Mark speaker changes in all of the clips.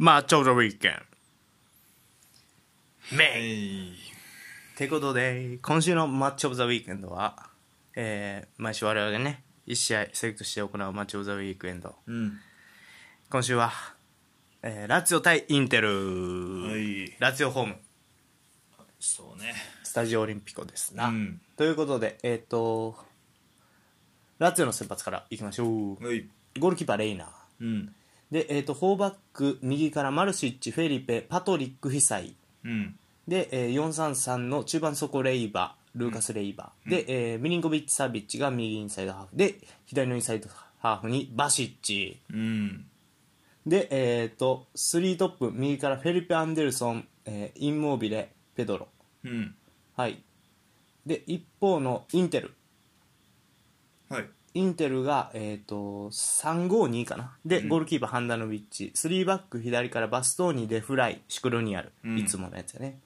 Speaker 1: Much of the weekend. メイ
Speaker 2: い
Speaker 1: てことで、今週のマッチオブザウィークエンドは、えー毎週我々がね、1試合セレクトして行うマッチオブザウィークエンド。
Speaker 2: うん
Speaker 1: 今週は、えーラツィオ対インテル。
Speaker 2: はい
Speaker 1: ラツィオホーム、
Speaker 2: そうね
Speaker 1: スタジオオリンピコですな。
Speaker 2: うん
Speaker 1: ということで、えっ、と、ラツィオの先発からいきましょう。
Speaker 2: はい
Speaker 1: ゴールキーパー、レイナー。
Speaker 2: うん
Speaker 1: で、えっ、と、4バック、右からマルシッチ、フェリペ、パトリック、フィサイ。
Speaker 2: うん
Speaker 1: で、えー、433の中盤底レイバールーカス・レイバー、で、えーミリンコビッチ・サビッチが右インサイドハーフで左のインサイドハーフにバシッチ
Speaker 2: うん
Speaker 1: でえっ、と3トップ右からフェリペ・アンデルソン、えーインモービレペドロ
Speaker 2: うん
Speaker 1: はいで一方のインテル
Speaker 2: はい
Speaker 1: インテルが、えー、と352かなで、
Speaker 2: うん
Speaker 1: ゴールキーパーハンダノビッチ3バック左からバストーニデフライシクロニアル、
Speaker 2: うん
Speaker 1: いつものやつやね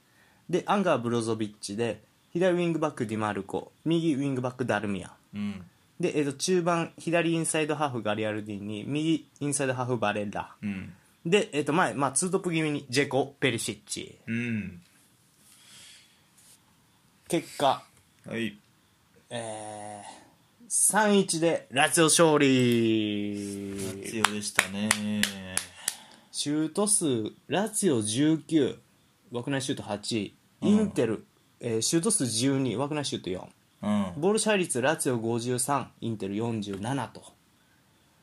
Speaker 1: でアンガーブロゾビッチで左ウィングバックディマルコ右ウィングバックダルミアン
Speaker 2: うん
Speaker 1: で、えー、と中盤左インサイドハーフガリアルディに右インサイドハーフバレッラ
Speaker 2: うん
Speaker 1: で、えー、と前、まあ、ツートップ気味にジェコペリシッチ
Speaker 2: うん
Speaker 1: 結果、
Speaker 2: はい
Speaker 1: えー、3-1でラツィオ勝利
Speaker 2: 必要でしたね
Speaker 1: シュート数ラツィオ19枠内シュート8インテル、えーシュート数12枠内シュート4
Speaker 2: うん
Speaker 1: ボール支配率ラツィオ53インテル47と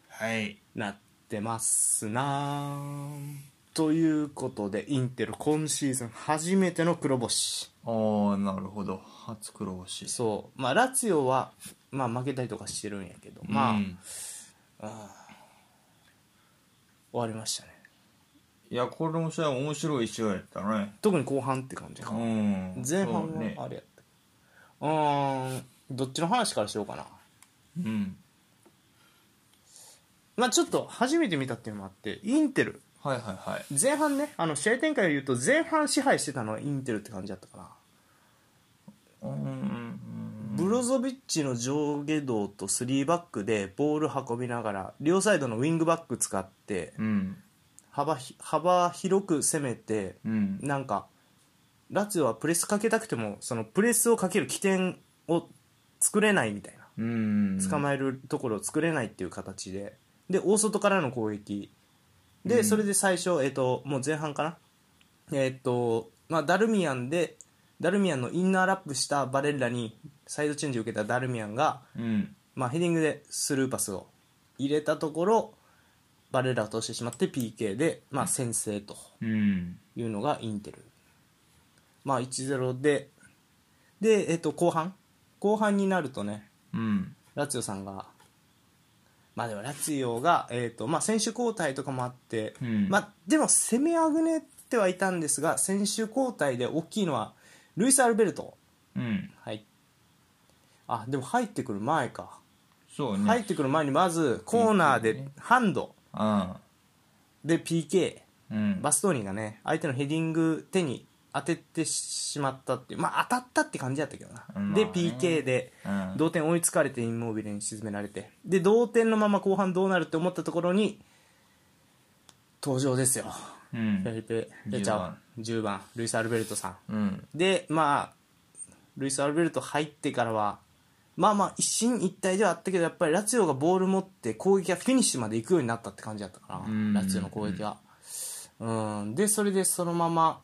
Speaker 2: はい
Speaker 1: なってますなということでインテル今シーズン初めての黒星
Speaker 2: ああなるほど初黒星
Speaker 1: そうまあラツィオは、まあ、負けたりとかしてるんやけどまあ、
Speaker 2: うん
Speaker 1: 終わりましたね
Speaker 2: いやこれも試合面白い試合やったね
Speaker 1: 特に後半って感じかな
Speaker 2: うん
Speaker 1: 前半
Speaker 2: そうね
Speaker 1: はあれやったう,、ーんどっちの話からしようかな
Speaker 2: うん
Speaker 1: まあちょっと初めて見たっていうのもあってインテル
Speaker 2: はいはいはい
Speaker 1: 前半ねあの試合展開を言うと前半支配してたのはインテルって感じだったかな、
Speaker 2: うんうん
Speaker 1: ブロゾビッチの上下動と3バックでボール運びながら両サイドのウィングバック使って
Speaker 2: うん
Speaker 1: 幅ひ幅広く攻めて
Speaker 2: うん
Speaker 1: なんかラツィオはプレスかけたくてもそのプレスをかける起点を作れないみたいな
Speaker 2: うん
Speaker 1: 捕まえるところを作れないっていう形でで大外からの攻撃で、
Speaker 2: うん
Speaker 1: それで最初、えっともう前半かな、えっとまあ、ダルミアンでダルミアンのインナーラップしたバレッラにサイドチェンジを受けたダルミアンが、
Speaker 2: うん
Speaker 1: まあ、ヘディングでスルーパスを入れたところバレッラを通してしまって PK で、まあ、先制と
Speaker 2: うん
Speaker 1: いうのがインテル、まあ、1-0でで、えっと後半後半になるとね
Speaker 2: うん
Speaker 1: ラツィオさんが、まあでもラツィオが、えーとまあ、選手交代とかもあって、
Speaker 2: うん
Speaker 1: まあ、でも攻めあぐねってはいたんですが、選手交代で大きいのは、ルイス・アルベルト、
Speaker 2: うん
Speaker 1: はい、あでも入ってくる前か、
Speaker 2: そうね
Speaker 1: 入ってくる前にまずコーナーで
Speaker 2: ね
Speaker 1: ハンド
Speaker 2: あ
Speaker 1: で PK、
Speaker 2: あうん
Speaker 1: バストーニがね、相手のヘディング手に当ててしまったっていう、まあ、当たったって感じだったけどな、
Speaker 2: まあね
Speaker 1: で PK で。
Speaker 2: うん
Speaker 1: 同点追いつかれてインモービルに沈められてで同点のまま後半どうなるって思ったところに登場ですよフ
Speaker 2: う
Speaker 1: ェ
Speaker 2: ん
Speaker 1: リペ・レチャオ10番ルイス・アルベルトさん
Speaker 2: うん
Speaker 1: でまあルイス・アルベルト入ってからはまあまあ一進一退ではあったけどやっぱりラツィオがボール持って攻撃がフィニッシュまで行くようになったって感じだったか
Speaker 2: うん
Speaker 1: なラツィオの攻撃はうんでそれでそのまま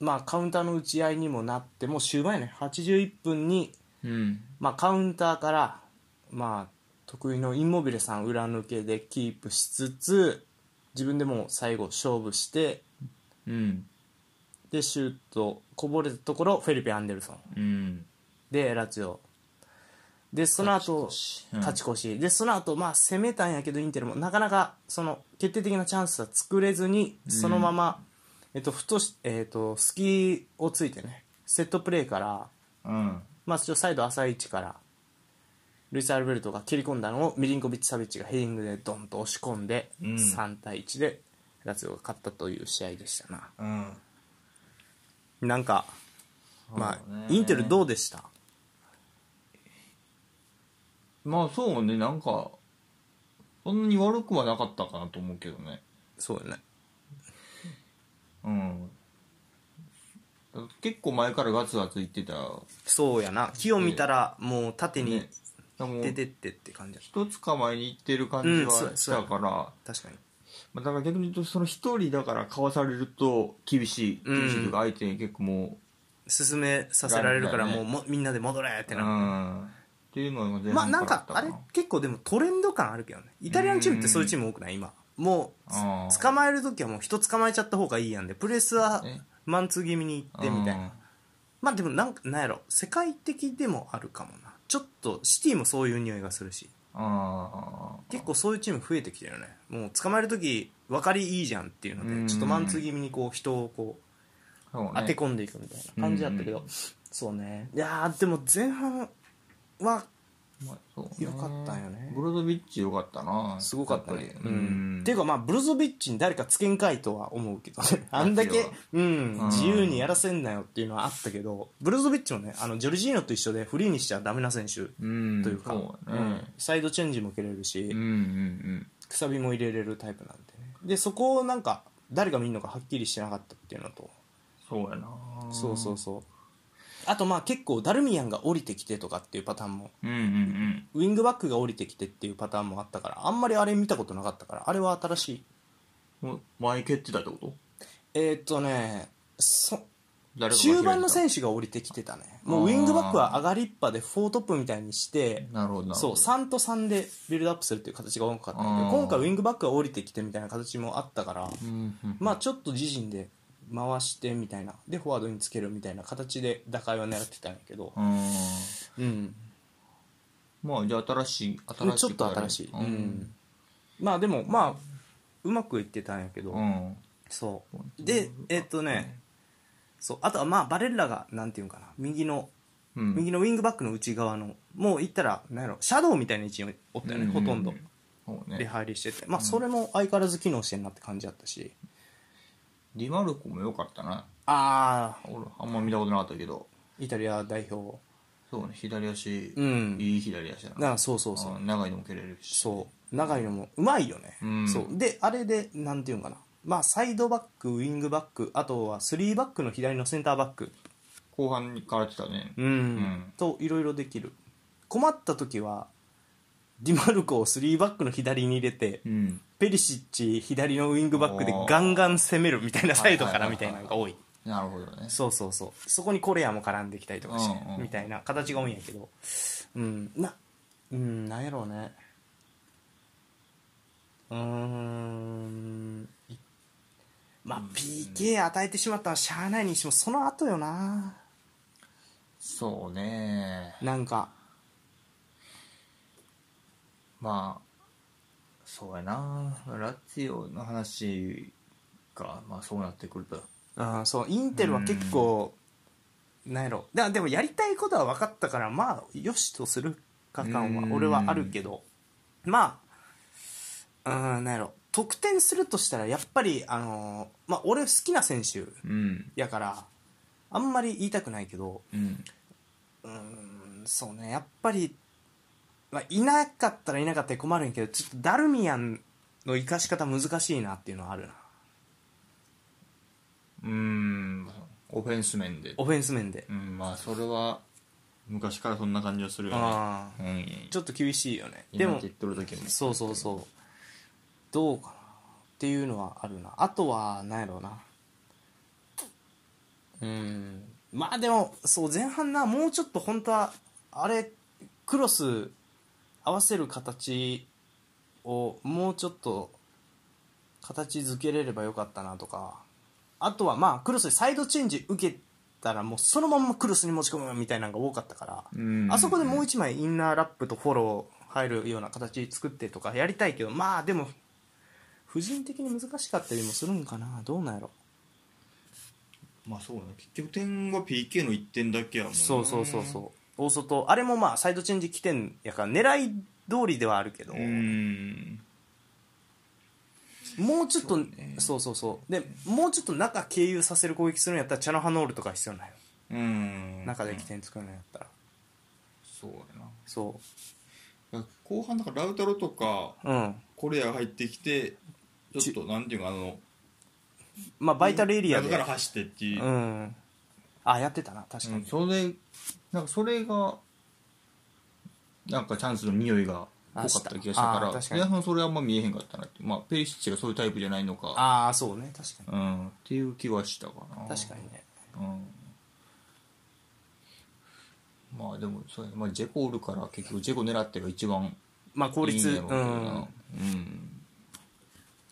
Speaker 1: まあカウンターの打ち合いにもなってもう終盤やね81分に
Speaker 2: うん
Speaker 1: まあ、カウンターから、まあ、得意のインモビレさん裏抜けでキープしつつ自分でもう最後勝負して
Speaker 2: うん
Speaker 1: でシュートこぼれたところフェリペ・アンデルソン
Speaker 2: うん
Speaker 1: でラチオでその後
Speaker 2: うん
Speaker 1: 勝ち越し、でその後まあ攻めたんやけどインテルもなかなかその決定的なチャンスは作れずにそのまま、えっとふとし、えっとスキーをついてねセットプレーから
Speaker 2: うん
Speaker 1: まあ、サイド朝一からルイス・アルベルトが蹴り込んだのをミリンコビッチ・サビッチがヘディングでドンと押し込んで、
Speaker 2: うん
Speaker 1: 3対1でラツィオが勝ったという試合でしたな
Speaker 2: うん
Speaker 1: なんか、ま
Speaker 2: そうね
Speaker 1: あインテルどうでした
Speaker 2: まあそうねなんかそんなに悪くはなかったかなと思うけどね
Speaker 1: そうよね
Speaker 2: うん結構前からガツガツ言ってた
Speaker 1: そうやな木を見たらもう縦に
Speaker 2: ねでも
Speaker 1: 出てってって感じや
Speaker 2: 一つか前に行ってる感じ
Speaker 1: うんそうや
Speaker 2: はし
Speaker 1: そうや
Speaker 2: たから、ま
Speaker 1: 確かに
Speaker 2: あ、だから逆に言うとその一人だからかわされると厳しい
Speaker 1: うん
Speaker 2: 厳しいというか相手に結構も
Speaker 1: 進めさせられるから
Speaker 2: だね
Speaker 1: もうもみんなで戻れっ
Speaker 2: う、
Speaker 1: て
Speaker 2: う
Speaker 1: なる
Speaker 2: ん、っていうのが前
Speaker 1: まあ
Speaker 2: 半
Speaker 1: なん
Speaker 2: から
Speaker 1: か
Speaker 2: あった
Speaker 1: あれ結構でもトレンド感あるけどねイタリアンチームってそういうチーム多くない今も
Speaker 2: あ
Speaker 1: う
Speaker 2: ー
Speaker 1: 捕まえる時はもう人捕まえちゃった方がいいやんでプレスは
Speaker 2: ね
Speaker 1: マンツー気味に行ってみたいなまあでもなんかなんやろ世界的でもあるかもなちょっとシティもそういう匂いがするし
Speaker 2: あ
Speaker 1: 結構そういうチーム増えてきてるよねもう捕まえる時分かりいいじゃんっていうの
Speaker 2: うん
Speaker 1: でちょっとマンツー気味にこう人をこう
Speaker 2: あそうね
Speaker 1: 当て込んでいくみたいな感じだったけど、そうねいやーでも前半は
Speaker 2: まあそうね
Speaker 1: 良かったんよね
Speaker 2: ブロゾビッチ良かったな
Speaker 1: すごかった
Speaker 2: や
Speaker 1: ね
Speaker 2: ぱ。
Speaker 1: う
Speaker 2: り
Speaker 1: ん。っていうかまあ、ブルゾビッチに誰かつけんかいとは思うけどね。 あんだ
Speaker 2: や
Speaker 1: け
Speaker 2: つよ、
Speaker 1: うん
Speaker 2: うん、
Speaker 1: 自由にやらせんなよっていうのはあったけど、ブルゾビッチもね、あの、ジョルジーノと一緒でフリーにしちゃダメな選手
Speaker 2: うん
Speaker 1: というか、
Speaker 2: そう
Speaker 1: う
Speaker 2: やね
Speaker 1: んサイドチェンジも受けれるし、
Speaker 2: うんうんうん
Speaker 1: くさびも入れれるタイプなんでね。で、そこをなんか、誰が見るのかはっきりしてなかったっていうのと、
Speaker 2: そうやな
Speaker 1: そうそうそう。あとまあ結構ダルミアンが降りてきてとかっていうパターンも
Speaker 2: うんうんうん
Speaker 1: ウィングバックが降りてきてっていうパターンもあったからあんまりあれ見たことなかったからあれは新しい
Speaker 2: もう前蹴ってたってこと
Speaker 1: えーっとねそ
Speaker 2: 誰が
Speaker 1: 中盤の
Speaker 2: 手
Speaker 1: 選手が降りてきてたねもうウィングバックは上がりっぱで4トップみたいにして
Speaker 2: なるほどなるほど
Speaker 1: そう3と3でビルドアップするっていう形が多かったんだけ
Speaker 2: あ
Speaker 1: ど
Speaker 2: ー
Speaker 1: 今回ウィングバックが降りてきてみたいな形もあったから
Speaker 2: うんうん
Speaker 1: まあちょっと自陣で回してみたいなでフォワードにつけるみたいな形で打開は狙ってたんやけど
Speaker 2: うん
Speaker 1: うん
Speaker 2: まあじゃあ新しい新しい
Speaker 1: ちょっと新しい、
Speaker 2: う
Speaker 1: うんん、まあでもまあうまくいってたんやけど、
Speaker 2: うん
Speaker 1: そうでえっとねそうあとはまあバレッラがなんていうんかな右の
Speaker 2: うん
Speaker 1: 右のウィングバックの内側のもう言ったらなんやろシャドウみたいな位置におったよね、
Speaker 2: うん
Speaker 1: ほとんど
Speaker 2: そう
Speaker 1: 出
Speaker 2: ね
Speaker 1: 入りしててまあそれも相変わらず機能してんなって感じだったし
Speaker 2: ディマルコも良かったな
Speaker 1: ああ
Speaker 2: 俺あんま見たことなかったけど
Speaker 1: イタリア代表
Speaker 2: そうね左足
Speaker 1: うん
Speaker 2: いい左足だ
Speaker 1: な
Speaker 2: な
Speaker 1: あそうそうそう
Speaker 2: うん長いのも蹴れるし
Speaker 1: そう長いのもうまいよね、
Speaker 2: うん
Speaker 1: そうであれでなんていうんかなまあサイドバックウィングバックあとは3バックの左のセンターバック
Speaker 2: 後半にから来たね
Speaker 1: うん、
Speaker 2: ん
Speaker 1: といろいろできる困った時はディマルコを3バックの左に入れて、
Speaker 2: うん
Speaker 1: ペリシッチ左のウィングバックでガンガン攻めるみたいなサイドからみたいなのが多い
Speaker 2: なるほどね
Speaker 1: そうそうそうそこにコレアも絡んできたりとかして、
Speaker 2: うんうん
Speaker 1: みたいな形が多いんやけどうんなうんなんやろうねうーんいまあ PK 与えてしまったのはしゃあないにしてもその後よな
Speaker 2: そうね
Speaker 1: なんか
Speaker 2: まあそうやなラツィオの話がまあそうなってくると
Speaker 1: あーそうインテルは結構なんやろだでもやりたいことは分かったからまあよしとするか感
Speaker 2: うん
Speaker 1: は俺はあるけどまあうんなんやろ得点するとしたらやっぱりあのーまあ俺好きな選手
Speaker 2: うん
Speaker 1: やからあんまり言いたくないけど
Speaker 2: うん
Speaker 1: うんそうねやっぱり、まあ、いなかったらいなかったら困るんやけどちょっとダルミアンの生かし方難しいなっていうのはあるな
Speaker 2: うんオフェンス面で
Speaker 1: オフェンス面で、
Speaker 2: うんまあそれは昔からそんな感じはするよね
Speaker 1: ああ
Speaker 2: うん
Speaker 1: ちょっと厳しいよね
Speaker 2: で
Speaker 1: で
Speaker 2: も
Speaker 1: も
Speaker 2: ってる時も
Speaker 1: そうそうそうどうかなっていうのはあるなあとはなんやろうなうんまあでもそう前半なもうちょっと本当はあれクロス合わせる形をもうちょっと形づけれればよかったなとかあとはまあクロスでサイドチェンジ受けたらもうそのまんまクロスに持ち込むみたいなのが多かったから、
Speaker 2: うん
Speaker 1: あそこでもう一枚インナーラップとフォロー入るような形作ってとかやりたいけどまあでも婦人的に難しかったりもするんかなどうなんやろ
Speaker 2: まあそうね結局点が PK の1点だけやもんな
Speaker 1: そうそうそうそう大外あれもまあサイドチェンジ起点やから狙い通りではあるけど
Speaker 2: うん
Speaker 1: もうちょっとそう,、
Speaker 2: ね
Speaker 1: そうそうでもうちょっと中経由させる攻撃するんやったらチャノハノールとか必要ないよ
Speaker 2: うん
Speaker 1: 中で起点作るんやったら
Speaker 2: そうや
Speaker 1: そ
Speaker 2: な後半だからラウタロとか
Speaker 1: ううん
Speaker 2: コレア入ってきてちょっとなんていうかあの
Speaker 1: まあ、バイタルエリア
Speaker 2: 中
Speaker 1: で
Speaker 2: から走ってっていうう、
Speaker 1: んあやってたな確か
Speaker 3: うん
Speaker 1: に、
Speaker 3: それなんかそれがなんかチャンスの匂いが多かった気がしたか
Speaker 1: あ
Speaker 3: ら
Speaker 1: したあー確かに
Speaker 3: 前半それあんま見えへんかったなってまあペリシッチがそういうタイプじゃないのか
Speaker 1: ああそうね確か
Speaker 3: う
Speaker 1: に
Speaker 3: んっていう気はしたかな
Speaker 1: 確かにね
Speaker 3: うんまあでもそうやねまあ、ジェコおるから結局ジェコ狙ってが一番
Speaker 1: まあ効率
Speaker 3: いいんやろうけ
Speaker 1: う
Speaker 3: ど
Speaker 1: ん
Speaker 3: なうん
Speaker 1: っ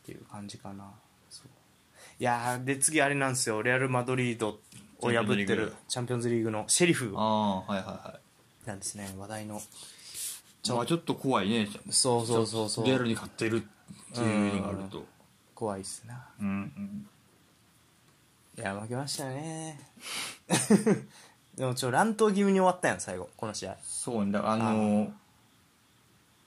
Speaker 1: ていう感じかなそういやーで次あれなんですよレアル・マドリードを破ってるチャンピオンズリーグのシェリフ
Speaker 3: ああはいはいはい
Speaker 1: なんですね話題の
Speaker 3: ちょ,、まあ、ちょっと怖いね
Speaker 1: そうそうそうそう
Speaker 3: リアルに勝ってるっていうのがあると
Speaker 1: 怖いっすな
Speaker 3: うん、うん、
Speaker 1: いや負けましたね でもちょ乱闘気味に終わったやん最後この試合
Speaker 3: そうねだからあのー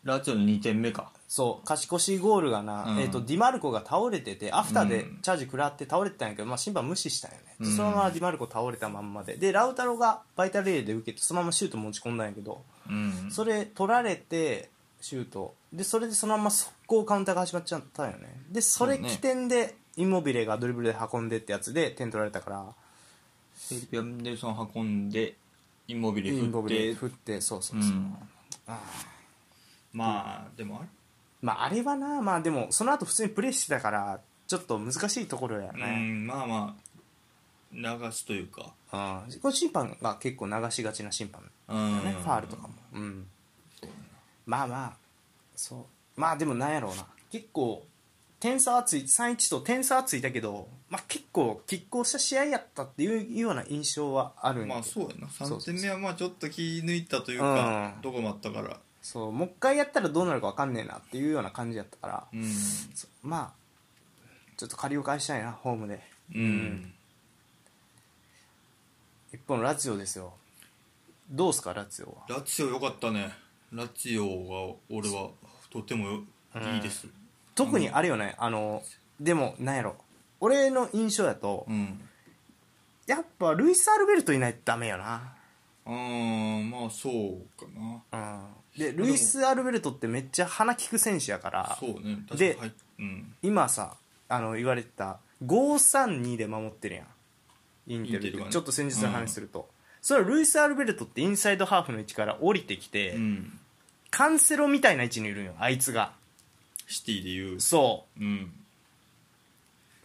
Speaker 3: ラチオの2点目か
Speaker 1: そう勝ち越しゴールがな、
Speaker 3: うん
Speaker 1: えー、とディマルコが倒れててアフターで
Speaker 3: うん
Speaker 1: チャージ食らって倒れてたんやけど、まあ、審判無視したんよね、
Speaker 3: うん
Speaker 1: そのままディマルコ倒れたまんまででラウタロがバイタルエリアで受けてそのままシュート持ち込んだんやけど
Speaker 3: うん
Speaker 1: それ取られてシュートでそれでそのまま速攻カウンターが始まっちゃったんよねでそれ
Speaker 3: そうね
Speaker 1: 起点でインモビレがドリブルで運んでってやつで点取られたから
Speaker 3: フェリピア・ンデルソン運んでインモビ
Speaker 1: イ
Speaker 3: レ
Speaker 1: ン
Speaker 3: 振
Speaker 1: モ
Speaker 3: っ
Speaker 1: ビ
Speaker 3: て
Speaker 1: レ振ってそうそううそう、
Speaker 3: ん
Speaker 1: あ
Speaker 2: まあでもあれ
Speaker 1: まああれはなまあでもその後普通にプレーしてたからちょっと難しいところや
Speaker 2: う
Speaker 1: ね、
Speaker 2: んまあまあ流すというか
Speaker 1: うんこれ審判が結構流しがちな審判
Speaker 2: うん
Speaker 1: ね、ファールとかも、うん、まあまあそうまあでもなんやろうな結構点差はつい3-1と点差はついたけど、まあ、結構拮抗した試合やったっていうような印象はあるんやけど
Speaker 2: まあそうやな
Speaker 1: そう
Speaker 2: 3
Speaker 1: そう
Speaker 2: 点目はまあちょっと気抜いたというか、
Speaker 1: うん
Speaker 2: どこもあったから
Speaker 1: そうもう一回やったらどうなるか分かんねえなっていうような感じやったから、
Speaker 2: うん
Speaker 1: そうまあちょっと借りを返したいなホームで
Speaker 2: うん、
Speaker 1: 一方のラツィオですよどうすかラツィオは
Speaker 2: ラチオ良かったねラチオが俺はとてもいいです
Speaker 1: 特にあれよねあのでもなんやろ俺の印象やと、
Speaker 2: うん
Speaker 1: やっぱルイス・アルベルトいないとダメよな
Speaker 2: あーまあそうか
Speaker 1: う
Speaker 2: な
Speaker 1: んでルイス・アルベルトってめっちゃ鼻利く選手やから
Speaker 2: そうね確かに
Speaker 1: で
Speaker 2: はいうん
Speaker 1: 今さあの言われてた532で守ってるやんインテルって
Speaker 2: インテルはね
Speaker 1: ちょっと先日の話すると、それはルイス・アルベルトってインサイドハーフの位置から降りてきて、
Speaker 2: うん
Speaker 1: カンセロみたいな位置にいるんよあいつが
Speaker 2: シティで言う
Speaker 1: そう
Speaker 2: うん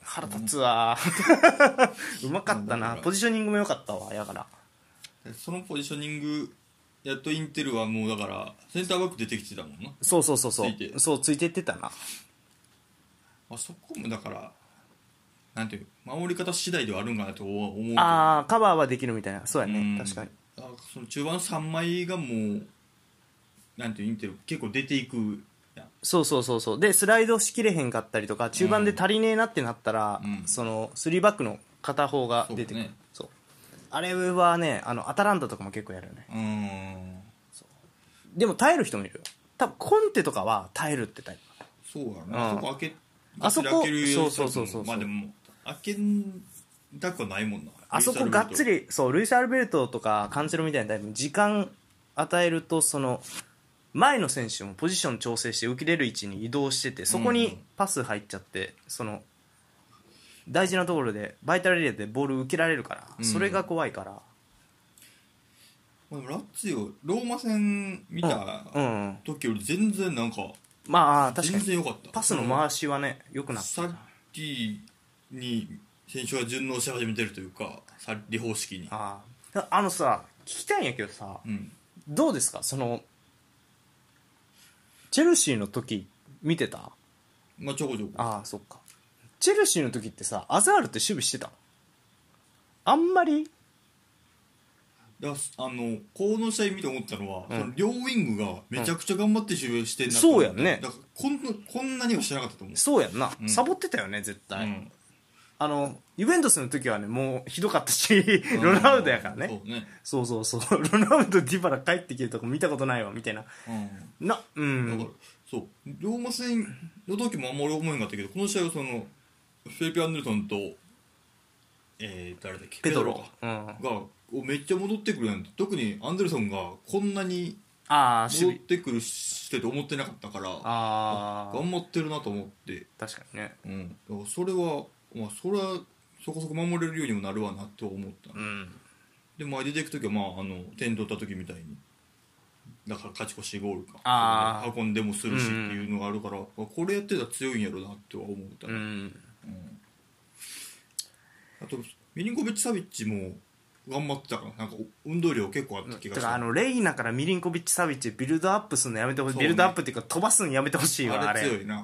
Speaker 1: 腹立つわうまかった
Speaker 2: なん
Speaker 1: な
Speaker 2: だろう
Speaker 1: ポジショニングも良かったわやから
Speaker 2: でそのポジショニングやっとインテルはもうだからセンターバック出てきてたもんな
Speaker 1: そうそうそうそう
Speaker 2: ついて
Speaker 1: そうついてってたな
Speaker 2: あそこもだからなんていう守り方次第ではあるんかなと思うけど
Speaker 1: ああカバーはできるみたいなそうやね、
Speaker 2: うん
Speaker 1: 確かに
Speaker 2: あその中盤3枚がもうなんていうインテル結構出ていくやん
Speaker 1: そうそうそうそうでスライドしきれへんかったりとか中盤で足りねえなってなったら、
Speaker 2: うん
Speaker 1: その3バックの片方が出てくるそう,、
Speaker 2: そうね
Speaker 1: あれはねあのアタランタとかも結構やるよね
Speaker 2: うーん
Speaker 1: でも耐える人もいるよ多分コンテとかは耐えるってタイプ
Speaker 2: そうや
Speaker 1: うん
Speaker 2: なあそこ開け
Speaker 1: あそこ
Speaker 2: がっつり開けるよ
Speaker 1: そうそうそうそう
Speaker 2: まあでも開けたくはないもんな
Speaker 1: あそこがっつ
Speaker 2: り
Speaker 1: りそうルイス・アルベルトとかカンセロみたいなタイプに時間与えるとその前の選手もポジション調整して受けれる位置に移動しててそこ
Speaker 2: うんう
Speaker 1: に
Speaker 2: ん
Speaker 1: パス入っちゃってその大事なところでバイタルエリアでボール受けられるから、
Speaker 2: うん
Speaker 1: それが怖いから、
Speaker 2: でもラッツィオローマ戦見た
Speaker 1: うんうん、
Speaker 2: 時より全然なんか
Speaker 1: まあ確か
Speaker 2: 全
Speaker 1: に
Speaker 2: 然良かった
Speaker 1: パスの回しはね良くなった
Speaker 2: さっきに選手が順応し始めてるというかさ理方式に
Speaker 1: あああのさ聞きたいんやけどさ
Speaker 2: うん
Speaker 1: どうですかそのチェルシーの時見てた
Speaker 2: まあちょこちょこ
Speaker 1: ああそっかチェルシーの時ってさアザールって守備してたのあんまり
Speaker 2: いやあのこの試合見て思ったのは、
Speaker 1: うん
Speaker 2: その両ウィングがめちゃくちゃ頑張って守備してんなと
Speaker 1: そ
Speaker 2: 思
Speaker 1: う
Speaker 2: っ
Speaker 1: や
Speaker 2: て、
Speaker 1: んね
Speaker 2: だからこんなこんなにはしてなかったと思う
Speaker 1: そうやんな、
Speaker 2: うん
Speaker 1: サボってたよね絶対、
Speaker 2: うん
Speaker 1: あのユベントスの時はねもうひどかったしロナウドやからね、
Speaker 2: そうね、
Speaker 1: そうそうそうロナウドディバラ帰ってきてるとこ見たことないわみたいななう
Speaker 2: うん、だ
Speaker 1: ん
Speaker 2: からそう龍馬戦の時もあんまり思えなかったけどこの試合はそのフェリピ・アンデルソンとえー、誰だっけ
Speaker 1: ペドロう
Speaker 2: ペ
Speaker 1: ん
Speaker 2: ドロかがめっちゃ戻ってくるやん特にアンデルソンがこんなに
Speaker 1: ああ守
Speaker 2: 戻
Speaker 1: 備
Speaker 2: ってくるしてて思ってなかったから
Speaker 1: ああ
Speaker 2: 頑張ってるなと思って
Speaker 1: 確かにね
Speaker 2: うん、だからそれはまあそれはそこそこ守れるようにもなるわなと思った、
Speaker 1: うん
Speaker 2: でまあ出ていく時はまああの点取った時みたいにだから勝ち越しゴールか
Speaker 1: あー
Speaker 2: 運んでもするしっていうのがあるから、まあこれやってたら強いんやろなっては思った、
Speaker 1: うん
Speaker 2: あとミリンコビッチ・サビッチも頑張ってたからなんか運動量結構あった気が
Speaker 1: だ
Speaker 2: し
Speaker 1: から
Speaker 2: た
Speaker 1: あのレイナからミリンコビッチ・サビッチビルドアップするのやめてほしい、
Speaker 2: そうね
Speaker 1: ビルドアップっていうか飛ばすのやめてほしいわあ
Speaker 2: あ
Speaker 1: れ
Speaker 2: れ強いな
Speaker 1: あ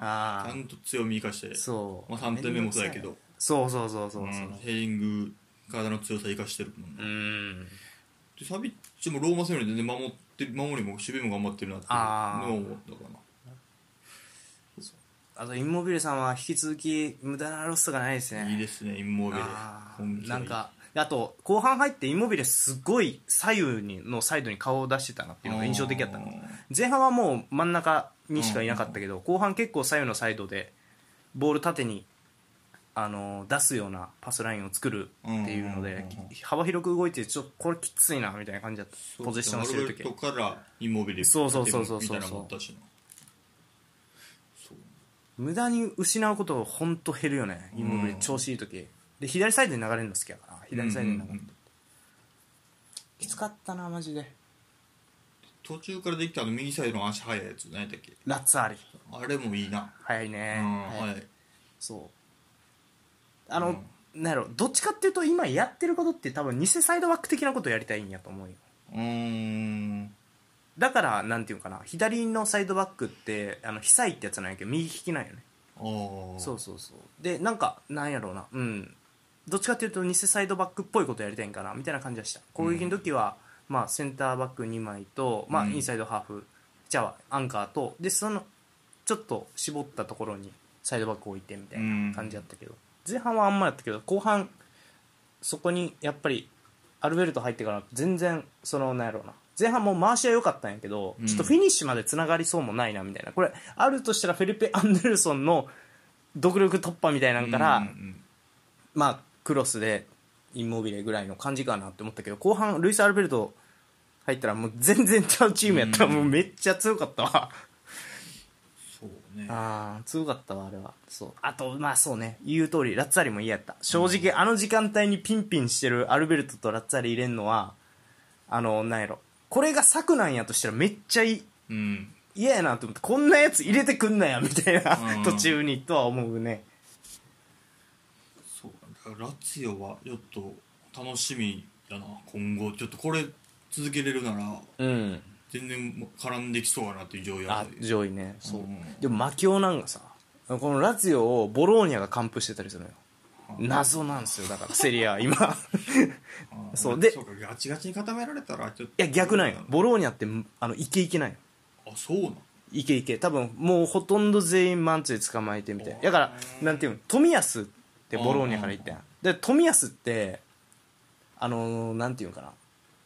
Speaker 2: ち
Speaker 1: あ
Speaker 2: ゃんと強み生かして
Speaker 1: そう
Speaker 2: まあ、3点目もそうやけど
Speaker 1: そうそうそうそうそう
Speaker 2: うんヘディング体の強さ生かしてるもんね
Speaker 1: うん
Speaker 2: でサビッチもローマ戦より全然守って守りも守備も頑張ってるなっていうの
Speaker 1: あー
Speaker 2: は思ったかな
Speaker 1: あとインモビルさんは引き続き無駄なロスがないですね
Speaker 2: いいですね、インモービル
Speaker 1: あー
Speaker 2: 本気が
Speaker 1: ない
Speaker 2: い
Speaker 1: んかあと後半入ってインモビルすごい左右にのサイドに顔を出してたなっていうのが印象的だったの前半はもう真ん中にしかいなかったけど、後半結構左右のサイドでボール縦にあの出すようなパスラインを作るっていうの
Speaker 2: うんうん
Speaker 1: で
Speaker 2: うんうん
Speaker 1: き幅広く動いてちょっとこれきついなみたいな感じだったポジションをしてる時
Speaker 2: ロベルトからインモービル
Speaker 1: そうそうそうそうそう
Speaker 2: みたいなのもあったしなそう
Speaker 1: 無駄に失うことほんと減るよねインモビル
Speaker 2: うん
Speaker 1: 調子いい時で左サイドに流れるの好きやから左サイドに流れる、
Speaker 2: うんうんうん
Speaker 1: きつかったなマジで
Speaker 2: 途中からできたあの右サイドの足速いやつ何やったっけ
Speaker 1: ラッツァーリ
Speaker 2: あれもいいな
Speaker 1: 早いね
Speaker 2: うん
Speaker 1: 早
Speaker 2: はいい
Speaker 1: そうあの、なんやろどっちかっていうと今やってることって多分偽サイドバック的なことやりたいんやと思うよ
Speaker 2: うーん
Speaker 1: だからなんていうかな左のサイドバックってあの被災ってやつなんやけど右利きなんよね
Speaker 2: ああ
Speaker 1: そうそうそうでなんかなんやろうなうんどっちかっていうと偽サイドバックっぽいことやりたいんかなみたいな感じがした攻撃の時は、まあ、センターバック2枚と、まあ、
Speaker 2: うん
Speaker 1: インサイドハーフ、じゃあアンカーとでそのちょっと絞ったところにサイドバック置いてみたいな感じだったけど、前半はあんまやったけど後半そこにやっぱりアルベルト入ってから全然そのなんやろうな前半もう回しは良かったんやけど、
Speaker 2: うん
Speaker 1: ちょっとフィニッシュまでつながりそうもないなみたいなこれあるとしたらフェリペ・アンデルソンの独力突破みたいなのから、
Speaker 2: うんうん
Speaker 1: まあクロスでインモビレぐらいの感じかなって思ったけど後半ルイス・アルベルト入ったらもう全然ちゃうチームやった
Speaker 2: う
Speaker 1: ら
Speaker 2: ん
Speaker 1: もうめっちゃ強かったわ
Speaker 2: そうね
Speaker 1: ああ強かったわあれはそうあとまあそうね言う通りラッツァーリも嫌やった正直、あの時間帯にピンピンしてるアルベルトとラッツァーリ入れんのはあのなんやろこれが策なんやとしたらめっちゃい
Speaker 2: うん
Speaker 1: 嫌やなと思ってこんなやつ入れてくんなやみたいな、
Speaker 2: うん
Speaker 1: 途中にとは思うね
Speaker 2: そうだからラツィオはちょっと楽しみだな今後ちょっとこれ続けれるなら
Speaker 1: うん
Speaker 2: 全然もう絡んできそうやなっていう上位
Speaker 1: あ
Speaker 2: 争い
Speaker 1: 上位ねそう、
Speaker 2: うん
Speaker 1: でもマキオなんかさこのラツィオをボローニャが完封してたりするのよ謎なんですよだからセリア今
Speaker 2: あ ー
Speaker 1: そうで
Speaker 2: そうかガチガチに固められたらちょっと
Speaker 1: いや逆なんよボローニャってあのイケイケなんよ
Speaker 2: あそうなん
Speaker 1: いけいけ多分もうほとんど全員マンツーで捕まえてみたいなだからなんていうの冨安ってボローニャから言ったやんで冨安ってあのーなんていうんかな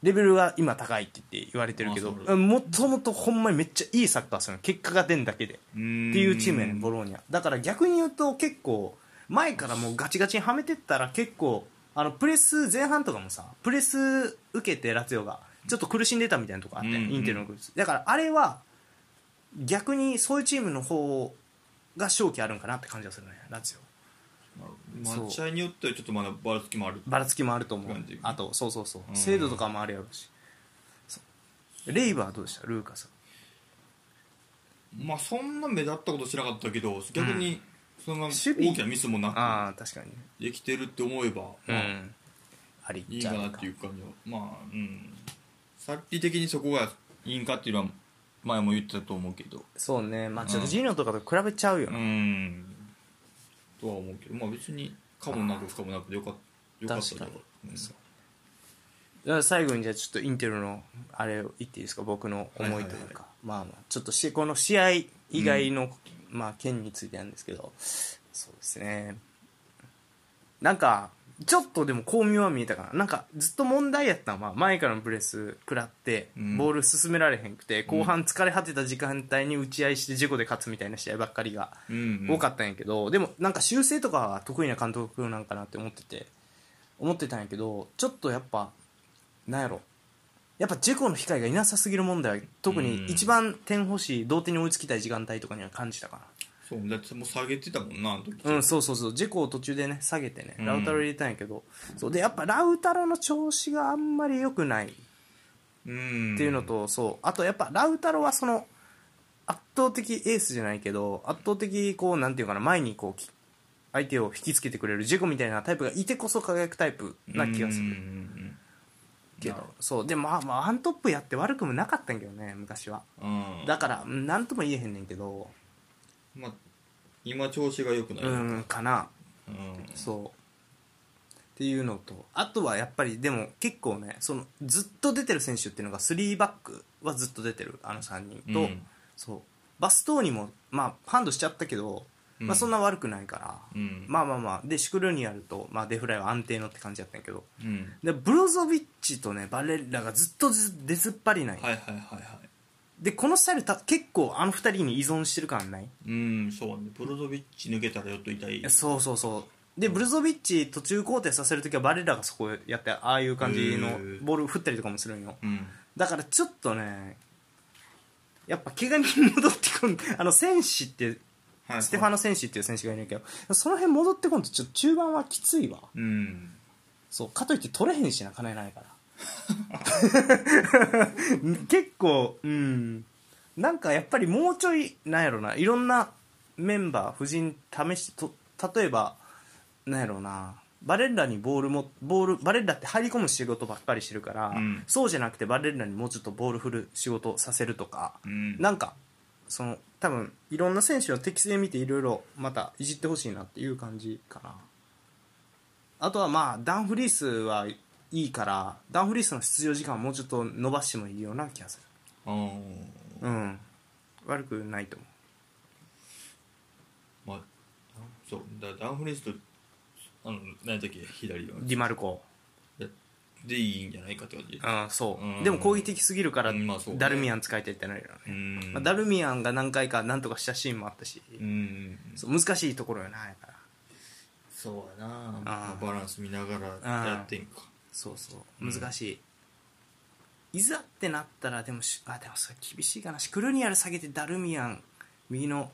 Speaker 1: レベルが今高いって言って言われてるけど
Speaker 2: あそう
Speaker 1: もともとほんまにめっちゃいいサッカーするの結果が出んだけで
Speaker 2: って
Speaker 1: ってい
Speaker 2: いう
Speaker 1: チームやねんボローニャだから逆に言うと結構前からもうガチガチにはめてったら結構あのプレス前半とかもさプレス受けてラツィオがちょっと苦しんでたみたいなとこあって、
Speaker 2: うんうん
Speaker 1: インテルのグループだからあれは逆にそういうチームの方が勝機あるんかなって感じがするねラツィオそう
Speaker 2: 試合によってはちょっとまだばらつきもある
Speaker 1: ばらつきもあると思う
Speaker 2: 感じ
Speaker 1: あとそうそうそう
Speaker 2: うん
Speaker 1: 精度とかもあるやろうしそうレイバーどうでしたルーカス
Speaker 2: まあそんな目立ったことしなかったけど逆にそんな大
Speaker 1: 備
Speaker 2: きなミスもな
Speaker 1: ああ確かにね
Speaker 2: くできてるって思えば
Speaker 1: う
Speaker 2: まあ
Speaker 1: んあり
Speaker 2: いい
Speaker 1: じゃ
Speaker 2: か
Speaker 1: あ
Speaker 2: なっていう感じはまあうんさっき的にそこがいいんかっていうのは前も言ってたと思うけど
Speaker 1: そうねまあジョルジーノとかと比べちゃうよ
Speaker 2: う
Speaker 1: ね
Speaker 2: んとは思うけどまあ別にかもなく不可もなくでよかったよかった
Speaker 1: 確かに
Speaker 2: うん
Speaker 1: そじゃあ最後にじゃあちょっとインテルのあれを言っていいですか僕の思いという
Speaker 2: はいはい
Speaker 1: かまあまあちょっとしこの試合以外の、まあ件についてなんですけどそうですねなんかちょっとでも巧妙は見えたかななんかずっと問題やったのは前からのプレス食らって
Speaker 2: うん
Speaker 1: ボール進められへんくて、後半疲れ果てた時間帯に打ち合いして事故で勝つみたいな試合ばっかりが
Speaker 2: うん
Speaker 1: 多かったんやけど、でもなんか修正とかは得意な監督なんかなって思ってて思ってたんやけどちょっとやっぱなんやろやっぱジェコの控えがいなさすぎる問題は特に
Speaker 2: うん
Speaker 1: 一番点欲しい同点に追いつきたい時間帯とかには感じたかな、
Speaker 2: そうだってもう下げてたもんなあの時
Speaker 1: うん、そうそうそう、ジェコを途中でね、下げてね、
Speaker 2: うん
Speaker 1: ラウタロ入れたんやけど、そうで、やっぱラウタロの調子があんまり良くないっ
Speaker 2: うん
Speaker 1: ていうのと、そう、あとやっぱラウタロはその、圧倒的エースじゃないけど、圧倒的、こう、なんていうかな、前にこうき、相手を引きつけてくれるジェコみたいなタイプがいてこそ輝くタイプな気がす
Speaker 2: うんう
Speaker 1: る
Speaker 2: ん
Speaker 1: けど、そう、で、まあまあ、アントップやって悪くもなかったんやけどね、昔は。
Speaker 2: うんうん
Speaker 1: だから、うんなんとも言えへんねんけど、、
Speaker 2: まあ今調子が良くないう
Speaker 1: ん、かな。
Speaker 2: うん
Speaker 1: そうっていうのとあとはやっぱりでも結構ねそのずっと出てる選手っていうのが3バックはずっと出てるあの3人と、
Speaker 2: うん
Speaker 1: そうバストーニも、まあ、ハンドしちゃったけど、
Speaker 2: うん
Speaker 1: まあ、そんな悪くないから、
Speaker 2: うん
Speaker 1: まあまあまあでシュクルニアルと、まあ、デフライは安定のって感じだったんやけど
Speaker 2: うん
Speaker 1: でブロゾビッチとねバレッラがずっとず出ずっぱりない、
Speaker 2: はいはいはいはい
Speaker 1: でこのスタイルた結構あの2人に依存してる感ない
Speaker 2: うんそうねブロゾビッチ抜けたらよっと痛い
Speaker 1: いやそうそうそうでブルゾビッチ途中交代させるときはバレラがそこやってああいう感じ
Speaker 2: へ
Speaker 1: の
Speaker 2: ー
Speaker 1: ボール振ったりとかもするんよ
Speaker 2: うん
Speaker 1: だからちょっとねやっぱ怪我に戻ってこん あの戦士って
Speaker 2: はいはい
Speaker 1: ステファノ戦士っていう選手がいるんやけどその辺戻ってこんとちょっと中盤はきついわ
Speaker 2: うん
Speaker 1: そうかといって取れへんしな金ないから 結構うんなんかやっぱりもうちょいなんやろないろんなメンバー夫人試してと例えばなんやろなバレッラにボールもボールバレッラって入り込む仕事ばっかりしてるから、
Speaker 2: うん
Speaker 1: そうじゃなくてバレッラにもうちょっとボール振る仕事をさせるとか、
Speaker 2: うん
Speaker 1: なんかその多分いろんな選手の適性見ていろいろまたいじってほしいなっていう感じかなあとはまあダンフリースはいいからダンフリースの出場時間をもうちょっと伸ばしてもいいような気がす
Speaker 2: あー
Speaker 1: るうん悪くないと思
Speaker 2: まあそうだダンフリースとあの何やったっけ左は
Speaker 1: うディマルコ
Speaker 2: でいいんじゃないかって感じ
Speaker 1: うんそ
Speaker 2: うん
Speaker 1: うでも攻撃的すぎるから
Speaker 2: うんまあそうね
Speaker 1: ダルミアン使いたいってなるよ
Speaker 2: う
Speaker 1: ね、
Speaker 2: ん
Speaker 1: まあ、ダルミアンが何回か何とかしたシーンもあったし、
Speaker 2: うん
Speaker 1: そう難しいところよなやから
Speaker 2: そうやなまあバランス見ながらやってんか
Speaker 1: そうそう
Speaker 2: うん
Speaker 1: 難しい、いざってなったらでもしあでもそれ厳しいかなシクルニアル下げてダルミアン右の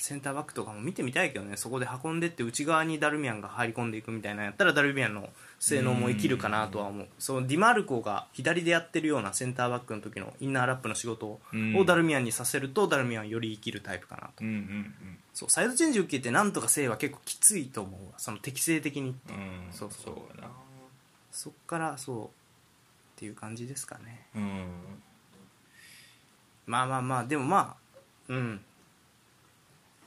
Speaker 1: センターバックとかも見てみたいけどねそこで運んでって内側にダルミアンが入り込んでいくみたいなのやったらダルミアンの性能も生きるかなとは思うそのディマルコが左でやってるようなセンターバックの時のインナーラップの仕事を
Speaker 2: うん
Speaker 1: をダルミアンにさせるとダルミアンはより生きるタイプかなと
Speaker 2: うんうん
Speaker 1: そうサイドチェンジ受けてなんとかせいは結構きついと思うわその適性的に
Speaker 2: うんうん
Speaker 1: そうそう
Speaker 2: やな
Speaker 1: そっからそうっていう感じですかね
Speaker 2: うん
Speaker 1: まあまあまあでもまあうん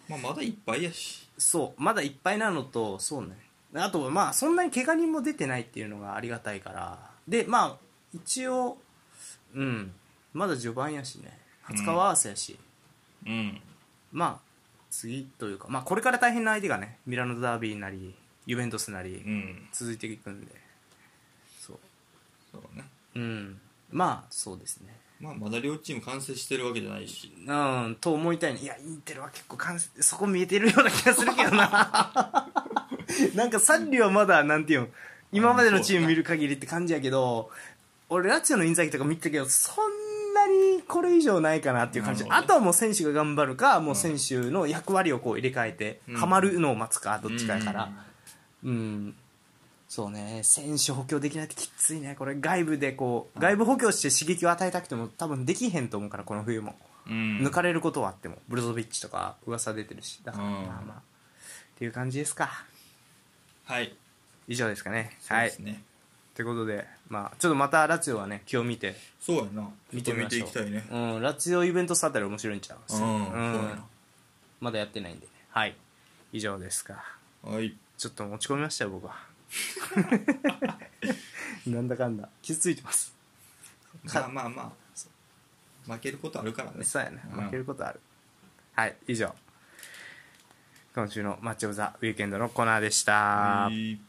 Speaker 2: まあまだいっぱいやし
Speaker 1: そうまだいっぱいなのとそうねあとまあそんなに怪我人も出てないっていうのがありがたいからでまあ一応うんまだ序盤やしね20日は合わせやし、
Speaker 2: うん
Speaker 1: まあ次というかまあこれから大変な相手がねミラノダービーなりユベントスなり
Speaker 2: うん
Speaker 1: 続いていくんでそ
Speaker 2: そうね
Speaker 1: ううんまあそうですね
Speaker 2: まあまだ両チーム完成してるわけじゃないし
Speaker 1: うん、と思いたいねいやインテルは結構完成そこ見えてるような気がするけどな なんかサッリはまだなんていうの今までのチーム見る限りって感じやけど俺ラチオのインザギとか見てたけどそんなにこれ以上ないかなっていう感じ、
Speaker 2: なるほど
Speaker 1: あ
Speaker 2: ね
Speaker 1: とはもう選手が頑張るかもう選手の役割をこう入れ替えて、
Speaker 2: うん
Speaker 1: ハマるのを待つかどっちかやからうん、そうね選手補強できないってきついねこれ外部でこう外部補強して刺激を与えたくても多分できへんと思うからこの冬も。
Speaker 2: うん
Speaker 1: 抜かれることはあってもブルゾビッチとか噂出てるしだから
Speaker 2: うん
Speaker 1: まあまあっていう感じですか
Speaker 2: はい
Speaker 1: 以上ですかね
Speaker 2: そう
Speaker 1: は
Speaker 2: で
Speaker 1: い
Speaker 2: すね
Speaker 1: ということでまあちょっとまたラツィオはね気を見て
Speaker 2: そうやな
Speaker 1: 見てみ
Speaker 2: ち
Speaker 1: ましょう
Speaker 2: ょっと見ていきたいね
Speaker 1: うん、ラツィオイベントスあたり面白いんちゃう
Speaker 2: うんそうや
Speaker 1: まだやってないんでねはい以上ですか
Speaker 2: なはい
Speaker 1: ちょっと落ち込みましたよ僕 はなんだかんだ傷ついてます
Speaker 2: まあまあまあ負けることあるからね
Speaker 1: そうやね
Speaker 2: うん
Speaker 1: 負けることある、はい以上今週のマッチオブザウィーケンドのコーナーでした、
Speaker 2: はい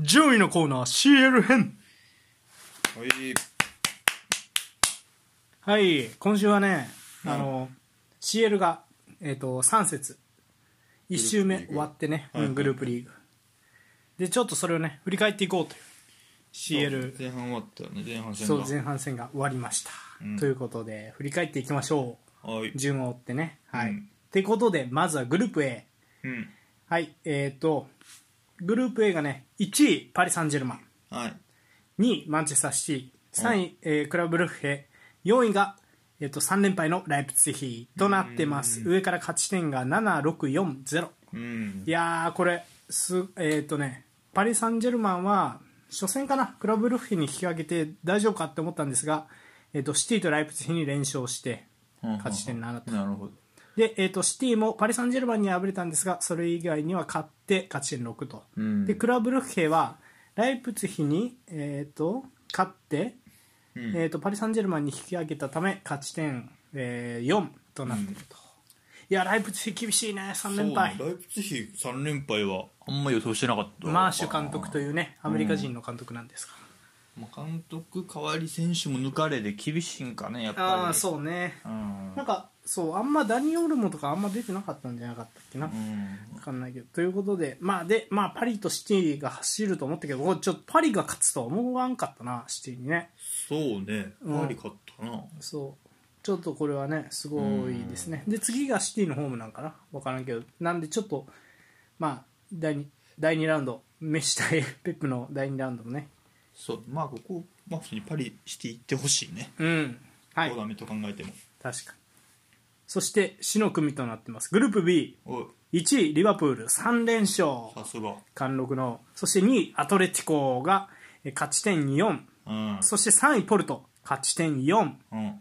Speaker 1: 順位のコーナー CL 編
Speaker 2: はい
Speaker 1: はい今週はね、
Speaker 2: うん
Speaker 1: あの CL が、えー、と3節1周目
Speaker 2: グループリーグ
Speaker 1: 終わってね
Speaker 2: はいはいはい
Speaker 1: うんグループリーグでちょっとそれをね振り返っていこうという
Speaker 2: そう
Speaker 1: CL
Speaker 2: 前半終わったよね前半戦
Speaker 1: そう
Speaker 2: が
Speaker 1: 前半戦が終わりました
Speaker 2: うん
Speaker 1: ということで振り返っていきましょ
Speaker 2: はいう
Speaker 1: 順を追ってねはい、
Speaker 2: うん
Speaker 1: ってことでまずはグループ A
Speaker 2: うん
Speaker 1: はいえっ、とグループ A がね1位パリ・サンジェルマン
Speaker 2: はい
Speaker 1: 2位マンチェスターシティ3位、えークラブルッフェ4位が、えー、と3連敗のライプツィヒとなってます上から勝ち点が7640
Speaker 2: うん
Speaker 1: いやーこれすえっ、とねパリ・サンジェルマンは初戦かなクラブルッフェに引き分けて大丈夫かって思ったんですが、えー、とシティとライプツィヒに連勝して勝ち点7と
Speaker 4: なるほど
Speaker 1: で、えー、とシティもパリ・サンジェルマンには敗れたんですがそれ以外には勝って勝ち点6と、
Speaker 4: うん
Speaker 1: でクラブルッフェはライプツィヒに、えー、と勝って、
Speaker 2: うん
Speaker 1: えー、とパリ・サンジェルマンに引き上げたため勝ち点、えー4となっていると、いやライプツィヒ厳しいね3連敗
Speaker 2: そうライプツィヒ3連敗はあんま予想してなかった
Speaker 1: マーシュ監督というねアメリカ人の監督なんですが、
Speaker 4: まあ監督代わり選手も抜かれで厳しいんかねやっぱり
Speaker 1: ああそうね
Speaker 4: うん
Speaker 1: なんかそうあんまダニ・オルモとかあんま出てなかったんじゃなかったっけな、
Speaker 4: うん
Speaker 1: わかんないけどということでまあでまあパリとシティが走ると思ったけどおちょっとパリが勝つとは思わんかったなシティにね
Speaker 2: そうね
Speaker 1: うん
Speaker 2: パリ勝ったな
Speaker 1: そうちょっとこれはねすごいですねで次がシティのホームなんかな分からんけどなんでちょっとまあ第 2, 第2ラウンドメッシ対ペップの第2ラウンドもね
Speaker 2: そうまあここまあ普通にパリシティ行ってほしいね
Speaker 1: うんはい
Speaker 2: そうだねと考えても
Speaker 1: 確かにそして死の組となってますグループ B1
Speaker 2: おい
Speaker 1: 位リバプール3連勝
Speaker 2: さすが
Speaker 1: 貫禄のそして2位アトレティコがえ勝ち点4
Speaker 2: うん
Speaker 1: そして3位ポルト勝ち点4、
Speaker 2: うん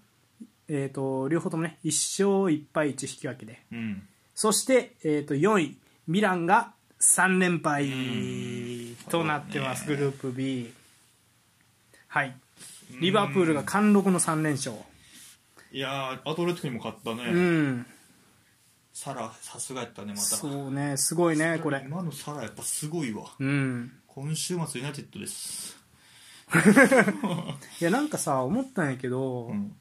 Speaker 1: えー、と両方ともね1勝1敗1引き分けで
Speaker 2: うん
Speaker 1: そして、えー、と4位ミランが3連敗となってます、グループ B はいリバプールが貫禄の3連勝
Speaker 2: いやーアトレティコにも勝ったね、
Speaker 1: うん
Speaker 2: サラさすがやったねまた
Speaker 1: そうねすごいねこれ
Speaker 2: 今のサラやっぱすごいわ
Speaker 1: うん
Speaker 2: 今週末ユナイテッドです
Speaker 1: いやなんかさ思ったんやけど、
Speaker 2: うん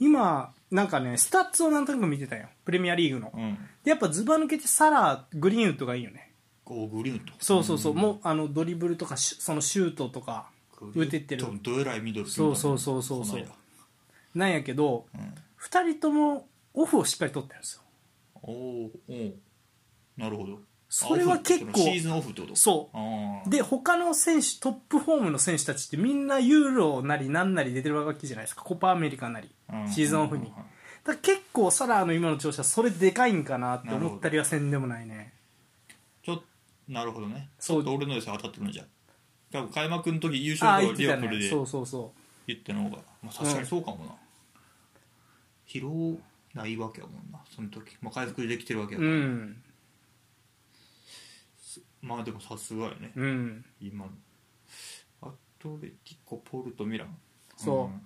Speaker 1: 今なんかねスタッツをなんとなく見てたよプレミアリーグの、
Speaker 2: うん
Speaker 1: でやっぱズバ抜けてサラグリーンウッドがいいよね
Speaker 2: こうグリーンと
Speaker 1: そうそうそう、もうあのドリブルとかシュそのシュートとか打ててる
Speaker 2: どどえらいミドル
Speaker 1: そうそうそうそうそうなんやけど、
Speaker 2: ん
Speaker 1: 二2人ともオフをしっかり取ってるんですよ
Speaker 2: おおーおーなるほど
Speaker 1: それは
Speaker 2: あオフ
Speaker 1: 結構
Speaker 2: シーズンオフってこと
Speaker 1: そ
Speaker 2: あ
Speaker 1: う
Speaker 2: あ
Speaker 1: で他の選手トップフォームの選手たちってみんなユーロなりなんなり出てるわけじゃないですかコパアメリカなり
Speaker 2: うん
Speaker 1: シーズンオフに、
Speaker 2: うん
Speaker 1: だから結構サラーの今の調子はそれでかいんかなって思ったりはせんでもないね
Speaker 2: ちょっとなるほどねち
Speaker 1: そう
Speaker 2: ょっと俺の予想当たってるんじゃん多分開幕の時優
Speaker 1: ああ言
Speaker 2: 勝と
Speaker 1: っ
Speaker 2: リ
Speaker 1: て
Speaker 2: バ
Speaker 1: た
Speaker 2: プール
Speaker 1: ね
Speaker 2: で
Speaker 1: そうそうそ
Speaker 2: 言ったのが、まあ、確かにそうかもな、疲労ないわけやもんなその時、まあ、回復できてるわけや
Speaker 1: う
Speaker 2: か
Speaker 1: う
Speaker 2: ら、
Speaker 1: ん
Speaker 2: まあでもさすがやね、
Speaker 1: うん
Speaker 2: 今のアトレティコポルトミラン
Speaker 1: そ
Speaker 2: ん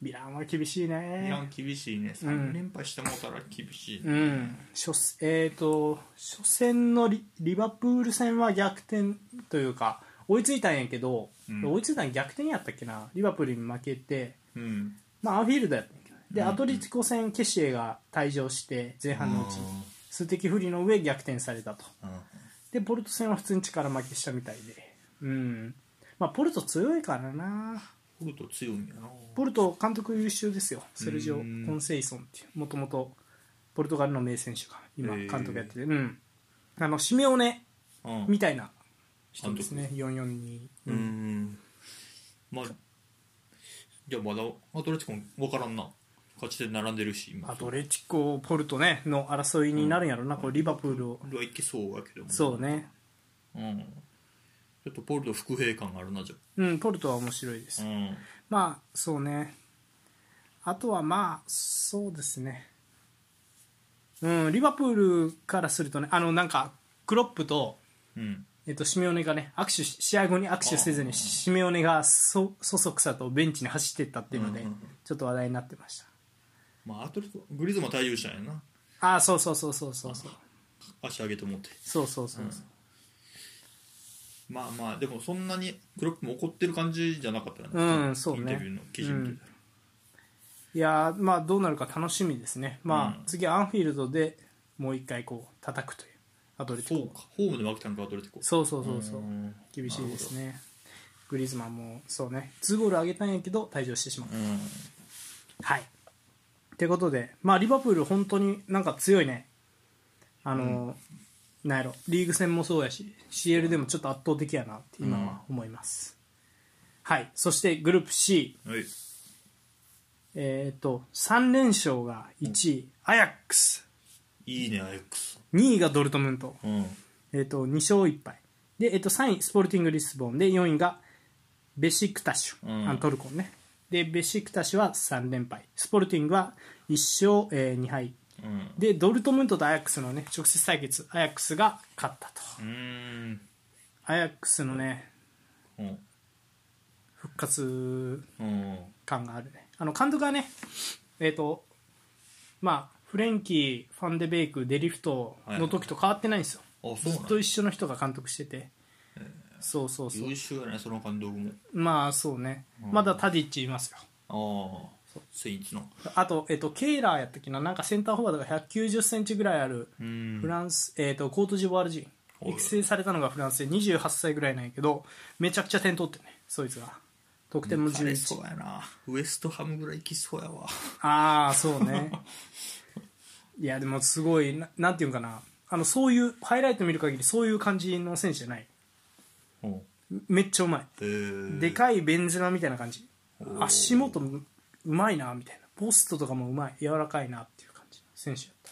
Speaker 1: ミランは厳しいね
Speaker 2: ミラン厳しいね
Speaker 1: うん
Speaker 2: 3連敗してもうたら厳しい、
Speaker 1: うん、初戦えー、と初戦のリリバプール戦は逆転というか追いついたんやけど、
Speaker 2: うん
Speaker 1: 追いついたん逆転やったっけなリバプールに負けて、
Speaker 2: うん
Speaker 1: まあ、アンフィールドやったんやけどねで、
Speaker 2: うんうん
Speaker 1: アトリティコ戦ケシエが退場して前半のうちに数的不利の上逆転されたと
Speaker 2: うんうん
Speaker 1: でポルト戦は普通に力負けしたみたいでうんまあポルト強いからな
Speaker 2: ポルト強いんやな
Speaker 1: ポルト監督優秀ですよセルジオ・コ
Speaker 2: うん
Speaker 1: ンセイソンっていうもともとポルトガルの名選手が今
Speaker 2: へー
Speaker 1: 監督やってて、うんあのシメオネ
Speaker 2: うん
Speaker 1: みたいな人
Speaker 2: 監督
Speaker 1: ですね442、
Speaker 2: うん、まあじゃあまだアトレティコも分からんな勝ち点並んでるし今
Speaker 1: アトレティコポルトねの争いになるんやろな、これリバプールを、
Speaker 2: 俺はいけそうやけども
Speaker 1: そうね
Speaker 2: うんちょっとポルト不平感があるなじゃ
Speaker 1: うんポルトは面白いです、
Speaker 2: あうん
Speaker 1: まあそうねあとはまあそうですねうんリバプールからするとねあのなんかクロップと
Speaker 2: うん
Speaker 1: えっと、シメオネがね握手し試合後に握手せずにシメオネがそそそくさとベンチに走っていったっていうので、
Speaker 2: うんうんうん
Speaker 1: ちょっと話題になってました
Speaker 2: まあアトレティコグリズマ対応したんやな
Speaker 1: ああそうそうそうそうそうそう
Speaker 2: 足上げて思って
Speaker 1: そうそうそうそう
Speaker 2: まあまあでもそんなにクロップも怒ってる感じじゃなかったよね
Speaker 1: うんそうね
Speaker 2: インタビューの記事見てたら
Speaker 1: いやーまあどうなるか楽しみですねまあ、
Speaker 2: うん
Speaker 1: 次アンフィールドでもう一回こう叩くというアトレテ
Speaker 2: そ
Speaker 1: ィ
Speaker 2: う
Speaker 1: コ
Speaker 2: かホームで負けたんかアトレティコ
Speaker 1: そうそうそうそう
Speaker 2: うん
Speaker 1: 厳しいですねグリーズマンもそうね2ゴール上げたんやけど退場してしまう
Speaker 2: うん
Speaker 1: はい。ってことで、まあ、リバプール、本当になんか強いね。あの、なんやろ、リーグ戦もそうやし、CL でもちょっと圧倒的やなって今は思います。はい。そして、グループ C、
Speaker 2: はい。
Speaker 1: えっ、と、3連勝が1位、アヤックス、
Speaker 2: いいね、アイクス。
Speaker 1: 2位がドルトムント、
Speaker 2: うん。
Speaker 1: えっ、と、2勝1敗。で、えっ、と、3位、スポルティング・リスボンで、4位がベシクタシュ、
Speaker 2: うん
Speaker 1: あのトルコね。で、ベシクタシュは3連敗。スポルティングは1勝、え2敗。
Speaker 2: うん。
Speaker 1: でドルトムントとアヤックスのね直接対決アヤックスが勝ったと
Speaker 2: うーん。
Speaker 1: アヤックスのね
Speaker 2: うん。
Speaker 1: 復活
Speaker 2: うん。
Speaker 1: 感があるねあの監督はねえっ、とまあフレンキーファンデベイクデリフトの時と変わってないんですよ、
Speaker 2: あ、そうなん
Speaker 1: ずっと
Speaker 2: だ。
Speaker 1: 一緒の人が監督してて、そうそうそう
Speaker 2: 優秀やね、その監督も。
Speaker 1: まあそうね、まだタディッチいますよ
Speaker 2: ああ、スイーツの。
Speaker 1: あと、えっとケイラーやったっけななんかセンターフォワードが1 9 0ンチぐらいある
Speaker 2: うん
Speaker 1: フランス、えー、とコートジボワール人
Speaker 2: おい
Speaker 1: 育成されたのがフランスで28歳ぐらいなんやけどめちゃくちゃ点取ってねそいつが得点も
Speaker 2: あれそ
Speaker 1: 11
Speaker 2: うやな。ウエストハムぐらい行きそうやわ。
Speaker 1: ああそうね いやでもすごいななんていうんかなあのそういうハイライト見る限りそういう感じの選手じゃない
Speaker 2: うん。
Speaker 1: めっちゃうま
Speaker 2: えー
Speaker 1: いでかいベンゼマみたいな感じ足元もうまいなみたいなポストとかもうまい柔らかいなっていう感じの選手だった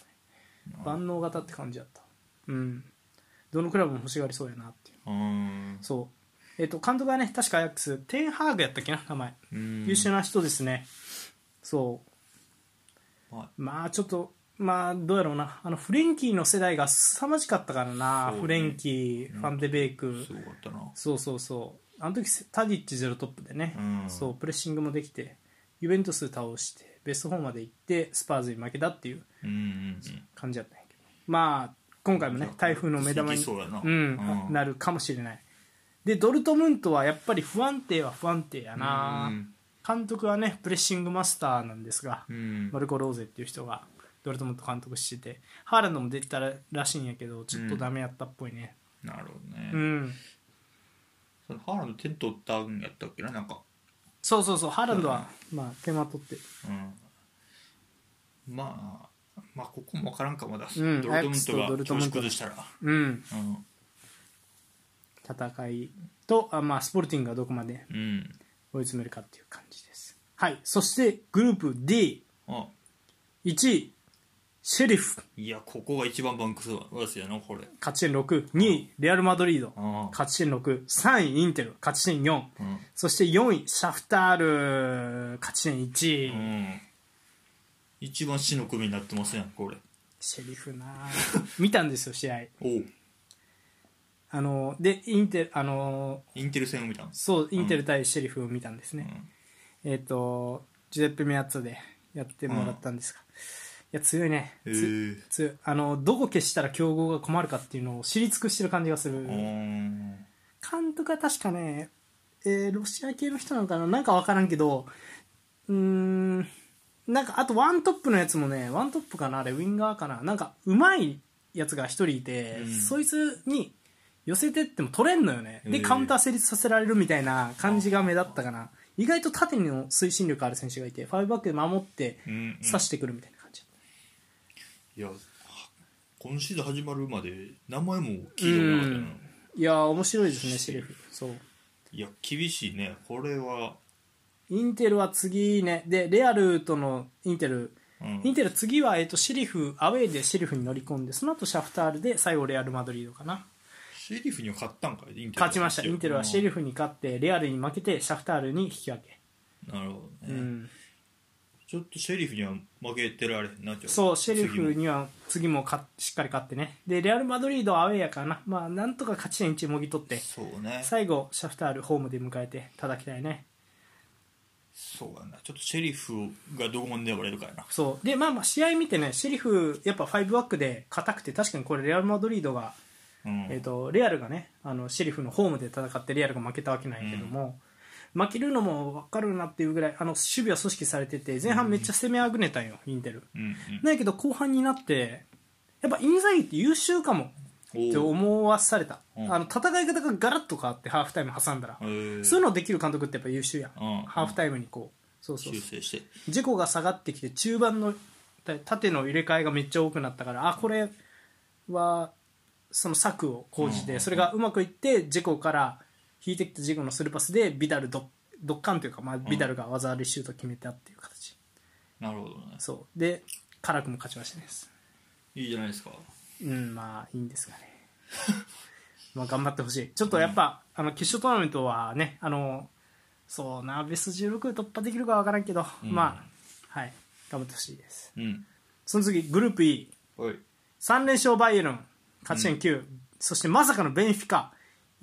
Speaker 1: ね万能型って感じだったうんどのクラブも欲しがりそうやなっていう
Speaker 2: うーん。
Speaker 1: そう。えっ、と、監督はね、確かアヤックス、テンハーグやったっけな、名前。
Speaker 2: うん
Speaker 1: 優秀な人ですね。そう。
Speaker 2: ま
Speaker 1: まあ、ちょっと、まあ、どうやろうな。あの、フレンキーの世代が凄まじかったからな。
Speaker 2: そうね
Speaker 1: フレンキー、ファンデベイク。
Speaker 2: あ、すごかったな。
Speaker 1: そうそうそう。あの時、タディッチゼロトップでね、
Speaker 2: うん
Speaker 1: そう、プレッシングもできて、ユベントス倒して、ベスト4まで行って、スパーズに負けたっていう
Speaker 2: うんうん
Speaker 1: 感じだったんやけど。まあ、今回もね、台風の目玉
Speaker 2: い
Speaker 1: に
Speaker 2: きそうやな。
Speaker 1: うん、
Speaker 2: る
Speaker 1: なるかもしれないでドルトムントはやっぱり不安定は不安定やな、監督はねプレッシングマスターなんですが、
Speaker 2: うん
Speaker 1: マ。ルコ・ローゼっていう人がドルトムント監督しててハーランドも出てたらしいんやけどちょっとダメやったっぽいね
Speaker 2: なるほど
Speaker 1: うん、
Speaker 2: ね。そのハーランド点取ったんやったっけな、なんか。
Speaker 1: そうそうそうハーランドは、まあ手間取って
Speaker 2: うん。まあ、まあ、ここもわからんか、まだ。
Speaker 1: うん
Speaker 2: ドルトムント
Speaker 1: アヤックスとドル
Speaker 2: が
Speaker 1: ト
Speaker 2: 調
Speaker 1: ムン
Speaker 2: 子
Speaker 1: ト
Speaker 2: 崩したら。
Speaker 1: うん
Speaker 2: うん。
Speaker 1: 戦いとあ、まあ、スポルティングがどこまで
Speaker 2: うん。
Speaker 1: 追い詰めるかっていう感じですはいそしてグループ D1
Speaker 2: あ、
Speaker 1: 位シェリフ
Speaker 2: いや、ここが一番バンクスワスやな、これ。
Speaker 1: 勝ち点6、2位、レアル・マドリード、
Speaker 2: あ
Speaker 1: 勝ち点6、3位、インテル、勝ち点4、
Speaker 2: うん。
Speaker 1: そして4位、シャフタール、勝ち点1、
Speaker 2: うん。一番死の組になってません、これ。
Speaker 1: シェリフなぁ見たんですよ、試合。
Speaker 2: おう
Speaker 1: あの、で、インテル、あの、
Speaker 2: インテル戦を見たんです。
Speaker 1: そう、インテル対シェリフを見たんです
Speaker 2: う
Speaker 1: ね。
Speaker 2: ん。
Speaker 1: えっ、と、ジュゼッペ・メアッツァでやってもらったんですが、いや、強いね。
Speaker 2: へ
Speaker 1: つ
Speaker 2: え。
Speaker 1: 強いあのどこ消したら強豪が困るかっていうのを知り尽くしてる感じがする
Speaker 2: うーん。
Speaker 1: 監督は確かね、えーロシア系の人なのかななんか分からんけどうーんなんかあとワントップのやつもねワントップかなあれウィンガーかななんかうまいやつが一人いて、
Speaker 2: うん
Speaker 1: そいつに寄せてっても取れんのよねで
Speaker 2: へー
Speaker 1: カウンター成立させられるみたいな感じが目立ったかな意外と縦の推進力ある選手がいてファイブバックで守って
Speaker 2: うんうん
Speaker 1: 刺してくるみたいな感じ、
Speaker 2: いや、今シーズン始まるまで名前も聞いたことなかったな。
Speaker 1: いやー面白いですねシェリフそう
Speaker 2: いや、厳しいね。これは、
Speaker 1: インテルは次ねでレアルとのインテル
Speaker 2: うん。
Speaker 1: インテル次は、えっとシェリフアウェーでシェリフに乗り込んでその後シャフタールで最後レアル・マドリードかな
Speaker 2: シェリフには勝ったんかいインテル
Speaker 1: 勝ちましたインテルはシェリ
Speaker 2: フ。
Speaker 1: フに勝ってレアルに負けてシャフタールに引き分け、
Speaker 2: うんなるほど
Speaker 1: う
Speaker 2: ね。
Speaker 1: ん、
Speaker 2: ちょっとシェリフには負けてられへんな、ちょっと
Speaker 1: そうシェリフ
Speaker 2: 次も
Speaker 1: には次も勝っしっかり勝ってねでレアル・マドリードはアウェーやからな、まあ、なんとか勝ち点1もぎ取って
Speaker 2: そうね。
Speaker 1: 最後シャフタールホームで迎えて叩きたいね
Speaker 2: そうやな。ちょっとシェリフがどこまで粘れるかやな。
Speaker 1: そうでまあまあ試合見てねシェリフやっぱ5バックで硬くて確かにこれレアル・マドリードが
Speaker 2: うん。
Speaker 1: えー、とレアルがねあのシェリフのホームで戦ってレアルが負けたわけないけども、負けるのも分かるなっていうぐらいあの守備は組織されてて前半めっちゃ攻めあぐねたんよ、インテル。
Speaker 2: うん
Speaker 1: なんやけど後半になってやっぱインザイって優秀かも
Speaker 2: うん。
Speaker 1: って
Speaker 2: おう
Speaker 1: 思わされた、
Speaker 2: うん
Speaker 1: あの戦い方がガラッと変わってハーフタイム挟んだら、
Speaker 2: へー
Speaker 1: そういうのできる監督ってやっぱ優秀やん、
Speaker 2: うん
Speaker 1: ハーフタイムにこうそうそう
Speaker 2: 修
Speaker 1: そう
Speaker 2: 正して。
Speaker 1: 事故が下がってきて中盤のた縦の入れ替えがめっちゃ多くなったからあこれはその策を講じ
Speaker 2: うんうんう
Speaker 1: て
Speaker 2: ん
Speaker 1: それがうまくいって事故から引いてきた事故のスルーパスでビダルドドッカンというか、まあ、ビダルが技ありシュートを決めたっていう形、
Speaker 2: なるほどね。
Speaker 1: そうで辛くも勝ちましたね
Speaker 2: いいじゃないですか。
Speaker 1: うんまあいいんですがね まあ頑張ってほしいちょっとやっぱ、あの決勝トーナメントはねあのそうなベスト16突破できるかわからんけど、
Speaker 2: うん
Speaker 1: まあはい頑張ってほしいです
Speaker 2: うん。
Speaker 1: その次グループ E3
Speaker 2: はい。
Speaker 1: 連勝バイエルン勝ち点9、そしてまさかのベンフィカ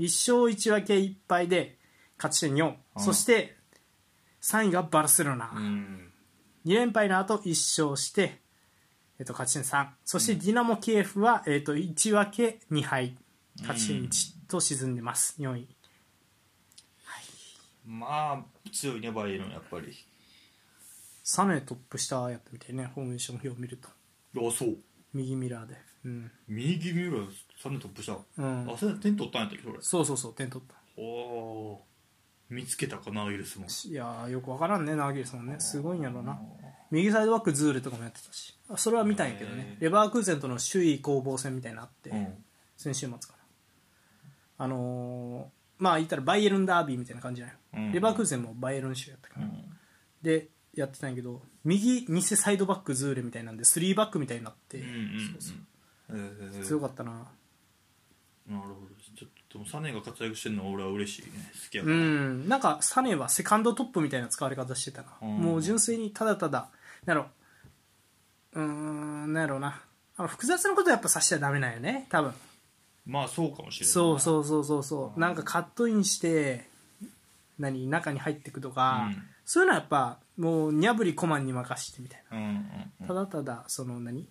Speaker 1: 1勝1分け1敗で勝ち点4、
Speaker 2: うん
Speaker 1: そして3位がバルセロナ、
Speaker 2: うん。
Speaker 1: 2連敗の後1勝して、えっと、勝ち点3そしてディナモ・キエフは、えっと、1分け2敗勝ち点1と沈んでます4位
Speaker 2: まあ、強いね、バイエルン、やっぱり。
Speaker 1: サネトップ下やったみたいねフォーメーション表を見ると
Speaker 2: あ、そう。
Speaker 1: 右ミラーでうん、
Speaker 2: 右ミューラー、サネトップした。
Speaker 1: うん
Speaker 2: あ、、それ点取ったんやったっけ、それ。
Speaker 1: そうそうそう点取った
Speaker 2: おー見つけたかな、ウイルスも。
Speaker 1: いやーよくわからんねナーギルソンねすごいんやろな右サイドバックズールとかもやってたしあそれは見たんやけどね
Speaker 2: へー
Speaker 1: レバークーゼンとの首位攻防戦みたいなのあって、
Speaker 2: うん。
Speaker 1: 先週末かなあのーまあ言ったらバイエルンダービーみたいな感じじゃない、
Speaker 2: うん
Speaker 1: レバークーゼンもバイエルン州やったか
Speaker 2: う
Speaker 1: ら、
Speaker 2: ん。
Speaker 1: でやってたんやけど右偽サイドバックズーレみたいなんで3バックみたいになって、
Speaker 2: うんうん
Speaker 1: そうそう
Speaker 2: うん。えー
Speaker 1: 強かったな
Speaker 2: なるほど。ちょっと、でもサネが活躍してるのは俺は嬉しいね。好きや
Speaker 1: う
Speaker 2: から。
Speaker 1: んなんかサネはセカンドトップみたいな使われ方してたな、
Speaker 2: うん
Speaker 1: もう純粋にただただなんやろうーんなんやろうなあの複雑なことやっぱさせちゃダメなんよね多分
Speaker 2: まあ、そうかもしれない。
Speaker 1: そう
Speaker 2: う。
Speaker 1: そうそうそうそうなんかカットインして何中に入っていくとか、
Speaker 2: うん
Speaker 1: そういうのはやっぱもうにゃぶりコマンに任してみたい
Speaker 2: うんうんう。
Speaker 1: なんただただその何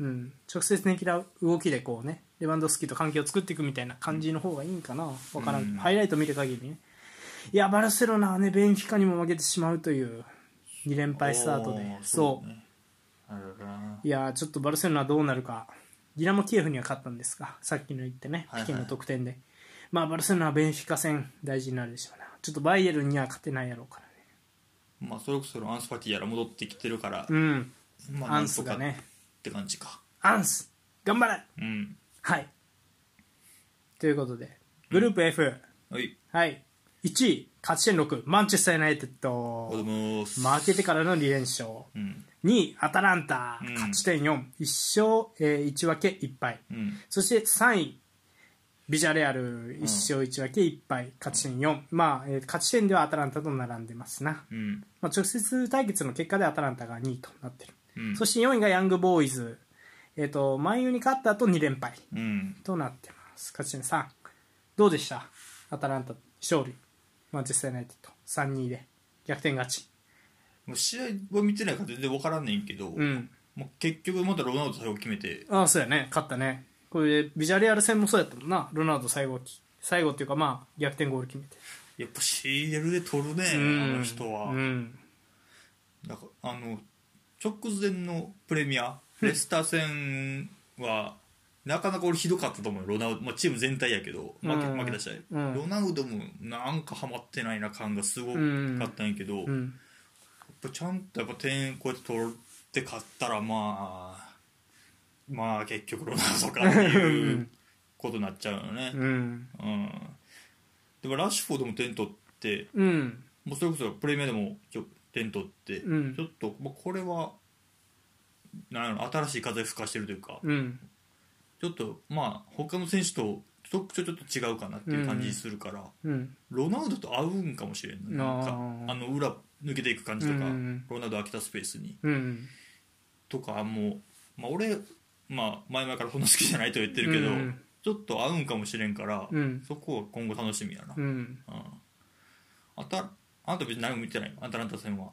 Speaker 1: うん直接的な動きでこうねレバンドフスキーと関係を作っていくみたいな感じの方がいいんかなわからん、
Speaker 2: うん
Speaker 1: ハイライト見る限りねいやバルセロナはねベンフィカにも負けてしまうという2連敗スタートで
Speaker 2: おー
Speaker 1: そう
Speaker 2: ねあらら
Speaker 1: いやーちょっとバルセロナどうなるかディナモ・キエフには勝ったんですがさっきの言ってね
Speaker 2: はい
Speaker 1: ピ
Speaker 2: はい
Speaker 1: ケの得点で、まあバルセロナはベンフィカ戦大事になるでしょうなちょっとバイエルンには勝てないやろうからね
Speaker 2: まあそれこそアンスパティやら戻ってきてるから、
Speaker 1: うん
Speaker 2: まあ
Speaker 1: アンスが
Speaker 2: なんと
Speaker 1: ね
Speaker 2: かって感じか
Speaker 1: アンス頑張れ
Speaker 2: うん
Speaker 1: はいということでグループ F、
Speaker 2: はい
Speaker 1: はい1位勝ち点6マンチェスター・ユナイテッ
Speaker 2: おはよ
Speaker 1: ド
Speaker 2: うございます
Speaker 1: 負けてからの2連勝
Speaker 2: うん
Speaker 1: 2位アタランタ、
Speaker 2: うん
Speaker 1: 勝ち点41勝、えー1分け1敗
Speaker 2: うん
Speaker 1: そして3位、ビジャレアル1勝1分け1敗、勝ち点4、まあえー勝ち点ではアタランタと並んでますな、
Speaker 2: うん
Speaker 1: まあ、直接対決の結果でアタランタが2位となってる、
Speaker 2: うん
Speaker 1: そして4位がヤングボーイズ、えー、とマンユに勝った後2連敗
Speaker 2: うん
Speaker 1: となってます、勝ち点3、どうでした、アタランタ、勝利、マンチェスター・ユナイテッド、3 2で逆転勝ち、
Speaker 2: もう試合は見てないから全然分からんねんけど、
Speaker 1: うん、
Speaker 2: もう結局またロナウド最後決めて
Speaker 1: ああそうやね勝ったねこれでビジャレアル戦もそうやったもんな、ロナウド最後、最後っていうか、まあ、逆転ゴール決めて。
Speaker 2: やっぱ CL で取るね、
Speaker 1: うん
Speaker 2: あの人は、
Speaker 1: うん
Speaker 2: なんかあの直前のプレミアレスター戦はなかなか俺ひどかったと思うよロナウド、まあ、チーム全体やけど負け,、
Speaker 1: うん
Speaker 2: 負けた試合、
Speaker 1: うん
Speaker 2: ロナウドもなんかハマってないな感がすごかったんやけど、
Speaker 1: う
Speaker 2: やっ
Speaker 1: ん
Speaker 2: ぱちゃんとやっぱ点こうやって取って勝ったらまあまあ結局ロナウドかっていううことになっちゃうよね、
Speaker 1: うん
Speaker 2: うんでもラッシュフォードも点取って
Speaker 1: うん
Speaker 2: もうそれこそプレミアでもちょ点取って、
Speaker 1: うん
Speaker 2: ちょっと、まあ、これはなんやろ新しい風吹かしてるというか、
Speaker 1: うん
Speaker 2: ちょっとまあ他の選手とちょっとちょっと違うかなっていう感じするから、
Speaker 1: うん
Speaker 2: ロナウドと合うんかもしれんななんか
Speaker 1: あー
Speaker 2: あの裏抜けていく感じとか、
Speaker 1: うん
Speaker 2: ロナウド空きたスペースに
Speaker 1: うん
Speaker 2: とかもう、まあ、俺、まあ、前々からこんな好きじゃないと言ってるけど、
Speaker 1: うん
Speaker 2: ちょっと合うんかもしれんから、
Speaker 1: うん
Speaker 2: そこは今後楽しみやな、
Speaker 1: うん
Speaker 2: うんあたあんた別に何も見てないのアタランタ戦は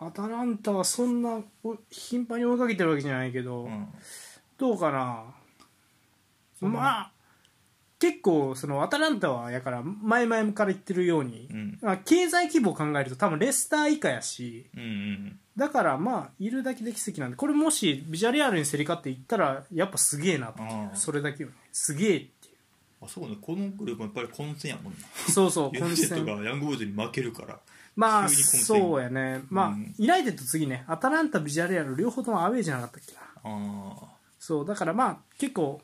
Speaker 1: アタランタはそんなお頻繁に追いかけてるわけじゃないけど、
Speaker 2: うん
Speaker 1: どうかな
Speaker 2: そんな
Speaker 1: まあ結構そのアタランタはやから前々から言ってるように
Speaker 2: う、ん
Speaker 1: まあ経済規模を考えると多分レスター以下やし
Speaker 2: うんうん
Speaker 1: だからまあいるだけで奇跡なんでこれもしビジャレアルに競り勝っていったらやっぱすげえなっていう
Speaker 2: ああ
Speaker 1: それだけよねすげえってい
Speaker 2: あそうねこのグループはやっぱり混戦やもんな
Speaker 1: うそうそう
Speaker 2: ユナイテッド
Speaker 1: 戦
Speaker 2: がヤングボーイズに負けるから
Speaker 1: まあ
Speaker 2: 急に混戦
Speaker 1: そうやねまあ、
Speaker 2: うん
Speaker 1: ユナイテッド次ねアタランタビジャレアル両方ともアウェーじゃなかったっけな
Speaker 2: あ
Speaker 1: そうだからまあ結構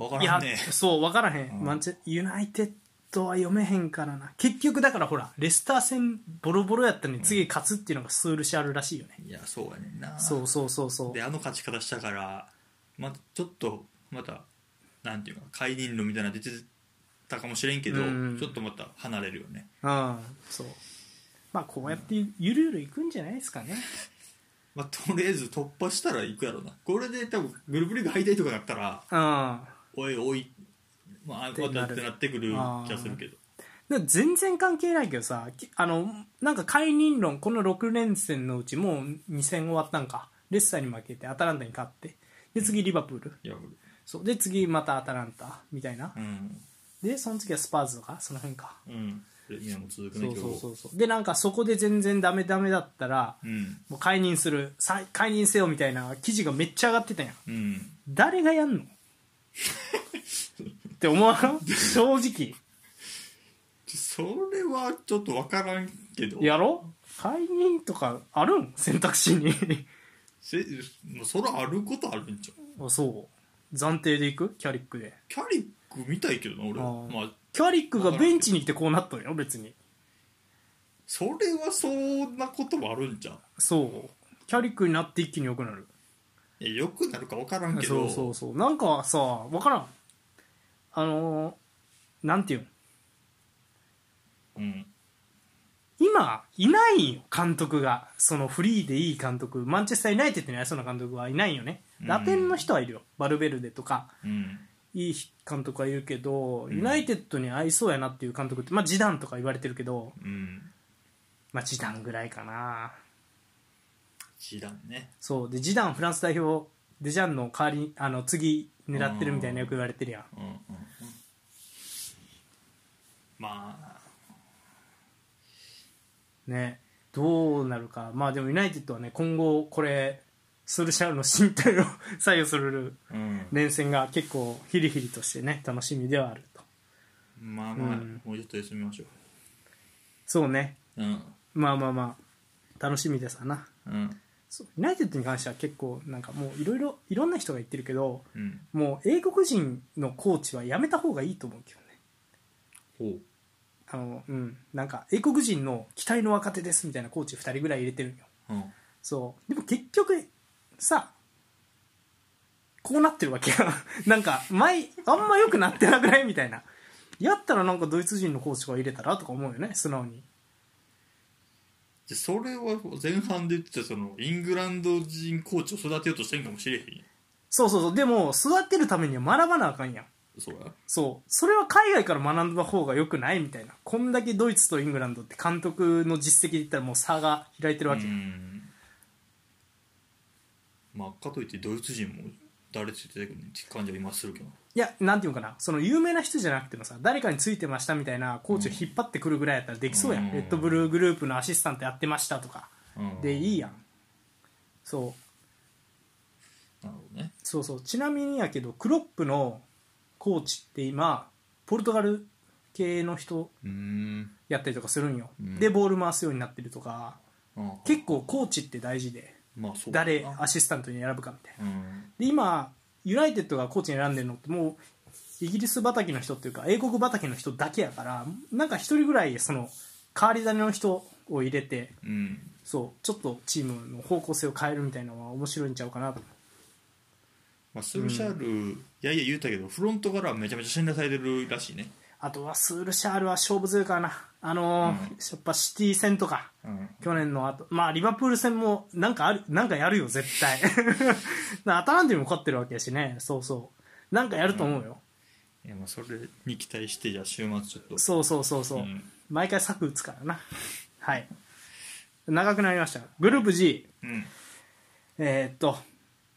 Speaker 2: あ分
Speaker 1: い
Speaker 2: から
Speaker 1: や
Speaker 2: んね
Speaker 1: そう分からへん、
Speaker 2: うん
Speaker 1: マンチェユナイテッドは読めへんからな結局だからほらレスター戦ボロボロやったのに次勝つっていうのがスールシャルらしいよね、
Speaker 2: いやそうやねんな
Speaker 1: そうそうそうそう
Speaker 2: であの勝ち方したからまたちょっとまたなんていうか解任論みたいなの出てたかもしれんけど、
Speaker 1: うん
Speaker 2: ちょっとまた離れるよね
Speaker 1: うんそうまあこうやってゆるゆるいくんじゃないですかね、
Speaker 2: まあ、とりあえず突破したら行くやろうなこれで多分グループリーグ敗退とかだったら
Speaker 1: うん
Speaker 2: おいおい、まあ、ま
Speaker 1: てなる
Speaker 2: たってなってくる気がするけど
Speaker 1: でも全然関係ないけどさきあのなんか解任論この6連戦のうちもう2戦終わったんかレッサーに負けてアタランタに勝ってで次リバプール
Speaker 2: いや
Speaker 1: そうで次またアタランタみたいな
Speaker 2: うん
Speaker 1: でその次はスパーズとかその辺か
Speaker 2: うんプレミアも続くね
Speaker 1: そ
Speaker 2: 今
Speaker 1: う
Speaker 2: 日
Speaker 1: そうそうそうでなんかそこで全然ダメダメだったら
Speaker 2: うん
Speaker 1: もう解任するさ解任せよみたいな記事がめっちゃ上がってたやん
Speaker 2: うん
Speaker 1: 誰がや んのって思わん正直
Speaker 2: それはちょっと分からんけど
Speaker 1: やろ解任とかあるん選択肢に
Speaker 2: せもうそれあることあるんじゃん
Speaker 1: あそう暫定でいくキャリックで
Speaker 2: キャリック見たいけどな俺
Speaker 1: あ
Speaker 2: は
Speaker 1: ー
Speaker 2: まあ
Speaker 1: キャリックがベンチに来てこうなっとんよ別に
Speaker 2: それはそんなこともあるんじゃん
Speaker 1: そうキャリックになって一気に良くなる
Speaker 2: いやよくなるか分からんけ
Speaker 1: そ
Speaker 2: ど
Speaker 1: うそうそうなんかさ分からんあのーなんていうん
Speaker 2: うん
Speaker 1: 今いないよ監督がそのフリーでいい監督マンチェスター・ユナイテッドにありそうな監督はいないよね
Speaker 2: うん
Speaker 1: ラテンの人はいるよバルベルデとか
Speaker 2: うん
Speaker 1: いい監督はいるけど、
Speaker 2: ん
Speaker 1: ユナイテッドに合いそうやなっていう監督ってまあジダンとか言われてるけど
Speaker 2: うん
Speaker 1: まあジダンぐらいかな
Speaker 2: 知らんね
Speaker 1: そうでジダンフランス代表デジャンの代わりにあの次狙ってるみたいなよく言われてるやん
Speaker 2: うんうんうんまあ
Speaker 1: ねどうなるかまあでもユナイテッドはね今後これスルシャルの身体を左右する
Speaker 2: うん
Speaker 1: 連戦が結構ヒリヒリとしてね楽しみではあると
Speaker 2: まあまあ、
Speaker 1: うん
Speaker 2: もうちょっと休みましょ
Speaker 1: そうね
Speaker 2: ううん
Speaker 1: まあまあまあ楽しみですわな
Speaker 2: うん
Speaker 1: そうユナイテッドに関しては結構なんかもういろいろいろんな人が言ってるけど
Speaker 2: うん
Speaker 1: もう英国人のコーチはやめた方がいいと思うけどね
Speaker 2: ほ
Speaker 1: あのうんなんか英国人の期待の若手ですみたいなコーチ2人ぐらい入れてるんよ
Speaker 2: ううん
Speaker 1: そうでも結局さこうなってるわけや なんか前あんま良くなってなくないみたいなやったらなんかドイツ人のコーチとか入れたらとか思うよね素直に
Speaker 2: でそれは前半で言ってたそのイングランド人コーチを育てようとしてんかもしれへんや
Speaker 1: そうそうそうでも育てるためには学ばなあかんやん
Speaker 2: んそうや
Speaker 1: そうそれは海外から学んだ方が良くないみたいなこんだけドイツとイングランドって監督の実績で言ったらもう差が開いてるわけ
Speaker 2: う
Speaker 1: やん
Speaker 2: んまあかといってドイツ人も誰ついてくる感じは今するけど
Speaker 1: いや、なんていうのかな、その有名な人じゃなくてもさ、誰かについてましたみたいなコーチを引っ張ってくるぐらいやったらできそうやん。
Speaker 2: うん
Speaker 1: レッドブルグループのアシスタントやってましたとか。
Speaker 2: うん
Speaker 1: で、いいやん。そう。
Speaker 2: なるほどね
Speaker 1: そうそう。ちなみにやけど、クロップのコーチって今、ポルトガル系の人
Speaker 2: うん
Speaker 1: やったりとかするんよ。
Speaker 2: ん
Speaker 1: で、ボール回すようになってるとか、
Speaker 2: ああ
Speaker 1: 結構コーチって大事で、
Speaker 2: まあそうだな
Speaker 1: 誰アシスタントに選ぶかみたいな。
Speaker 2: うん
Speaker 1: で今ユナイテッドがコーチに選んでるのってもうイギリス畑の人っていうか英国畑の人だけやからなんか一人ぐらいその変わり種の人を入れて
Speaker 2: うん
Speaker 1: そうちょっとチームの方向性を変えるみたいなのは面白いんちゃうかなと
Speaker 2: まあ、スルシャール、いやいや言うたけどフロントからはめちゃめちゃ信頼されてるらしいね
Speaker 1: あとはスールシャールは勝負強いからなあのー
Speaker 2: うん
Speaker 1: やっぱシティ戦とか
Speaker 2: うん
Speaker 1: 去年のあとまあリバプール戦もなんかあるなんかやるよ絶 対アタランテにも勝ってるわけやしねそうそうなんかやると思うよ、
Speaker 2: いやまあそれに期待してじゃあ週末ちょっと
Speaker 1: そうそうそうそう、
Speaker 2: うん
Speaker 1: 毎回策打つからなはい長くなりましたグループ G
Speaker 2: うん
Speaker 1: えーっと